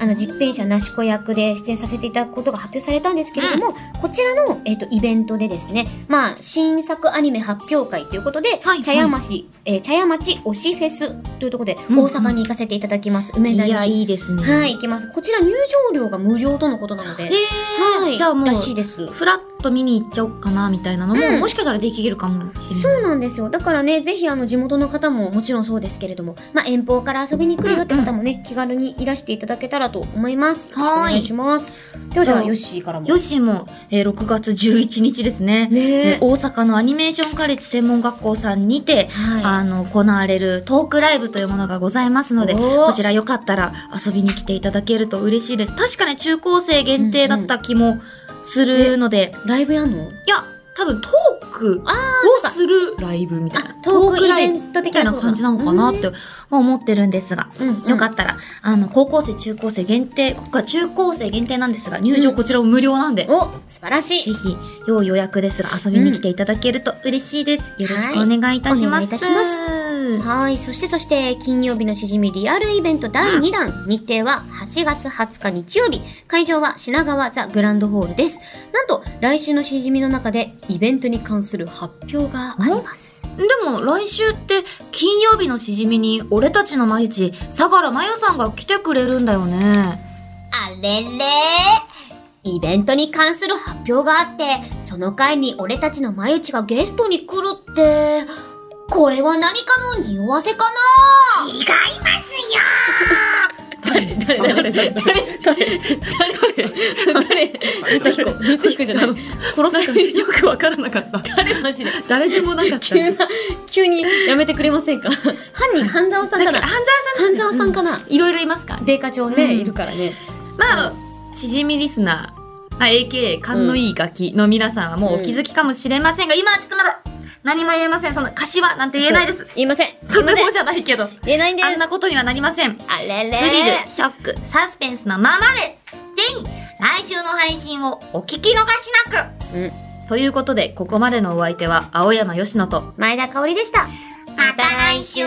Speaker 1: あの、実編者なし子役で出演させていただくことが発表されたんですけれども、こちらの、えっ、と、イベントでですね、まあ、新作アニメ発表会ということで、
Speaker 2: はい
Speaker 1: 茶屋町、えー茶屋町推しフェスというところで、
Speaker 2: うんうん
Speaker 1: 大阪に行かせていただきます。梅田に。
Speaker 2: いいですね
Speaker 1: はい、行きます。こちら入場料が無料とのことなので、
Speaker 2: えー、
Speaker 1: はい、
Speaker 2: じゃあもう
Speaker 1: ら、しいです。
Speaker 2: ふらっと見に行っちゃおうかな、みたいなのも、
Speaker 1: うん
Speaker 2: もしかしたらできるかもしれない。
Speaker 1: そうなんですよ。だからね、ぜひあの地元の方ももちろんそうですけれども、まあ遠方から遊びに来るよって方もね、気軽にいらしていただけたらと思います。よろしくお
Speaker 2: はーい
Speaker 1: 願いします。ではじゃ
Speaker 2: じ
Speaker 1: あ、
Speaker 2: ゃあ
Speaker 1: ヨッシーからも。
Speaker 2: よしも、えー6月11日ですね。
Speaker 1: ね
Speaker 2: えー
Speaker 1: え。
Speaker 2: 大阪のアニメーションカレッジ専門学校さんにて、
Speaker 1: は
Speaker 2: あの、行われるトークライブというものがございますので、
Speaker 1: おー
Speaker 2: こちらよかったら遊びに来ていただけると嬉しいです。確かね、中高生限定だった気もするので、
Speaker 1: ライブやんの
Speaker 2: いや、多分トーク
Speaker 1: そう
Speaker 2: を
Speaker 1: か
Speaker 2: するライブみたいな
Speaker 1: あ。トークイ
Speaker 2: ラ
Speaker 1: ベ
Speaker 2: イブ
Speaker 1: ント
Speaker 2: み
Speaker 1: 的
Speaker 2: たい
Speaker 1: な
Speaker 2: な
Speaker 1: こと
Speaker 2: 感じなのかなって思ってるんですが、
Speaker 1: うん
Speaker 2: よかったら、あの、高校生、中高生限定、ここから中高生限定なんですが、入場こちらも無料なんで、
Speaker 1: お素晴らしい
Speaker 2: ぜひ、要予約ですが、遊びに来ていただけると嬉しいです。よろしくお願いいたしま
Speaker 1: はいお願い
Speaker 2: す。
Speaker 1: いたしますはい。そしてそして、金曜日のしじみリアルイベント第2弾。日程は8月20日日曜日。会場は品川ザ・グランドホールです。なんと、来週のしじみの中で、イベントに関する発表があります。
Speaker 2: でも、来週って、金曜日のしじみに、俺たちの毎日、相良真由さんが来てくれるんだよね。
Speaker 1: あれれイベントに関する発表があって、その回に俺たちの真由ちがゲストに来るって、これは何かの匂わせかな違い
Speaker 2: 誰誰誰 誰誰誰
Speaker 1: 光彦。光彦じゃない。殺される。
Speaker 2: よくわからなかった。
Speaker 1: 誰マジで。
Speaker 2: 誰でもなかっ た。
Speaker 1: 急な、急にやめてくれませんか犯人、半沢さん
Speaker 2: 確
Speaker 1: か
Speaker 2: かに、
Speaker 1: な
Speaker 2: 半沢さん。
Speaker 1: 半沢さんかな、
Speaker 2: いろいろいますからね。
Speaker 1: デーカ長ね、
Speaker 2: うん
Speaker 1: いるからね。
Speaker 2: まあ、しじみリスナー、あ AKA 勘のいいガキの皆さんはもうお気づきかもしれませんが、今はちょっとまだ何も言えません。その柏なんて言えないです
Speaker 1: そう。。言いません。
Speaker 2: と
Speaker 1: 言いま
Speaker 2: て
Speaker 1: せん
Speaker 2: も。じゃないけど。
Speaker 1: 言えないんで
Speaker 2: あん
Speaker 1: す。
Speaker 2: なことにはなりません。ス
Speaker 1: あれれ
Speaker 2: リル、ショック、サスペンスのままです。ぜひ、来週の配信をお聞き逃しなく。
Speaker 1: うん
Speaker 2: ということで、ここまでのお相手は、青山吉野と、
Speaker 1: 前田香織でした。
Speaker 4: また来週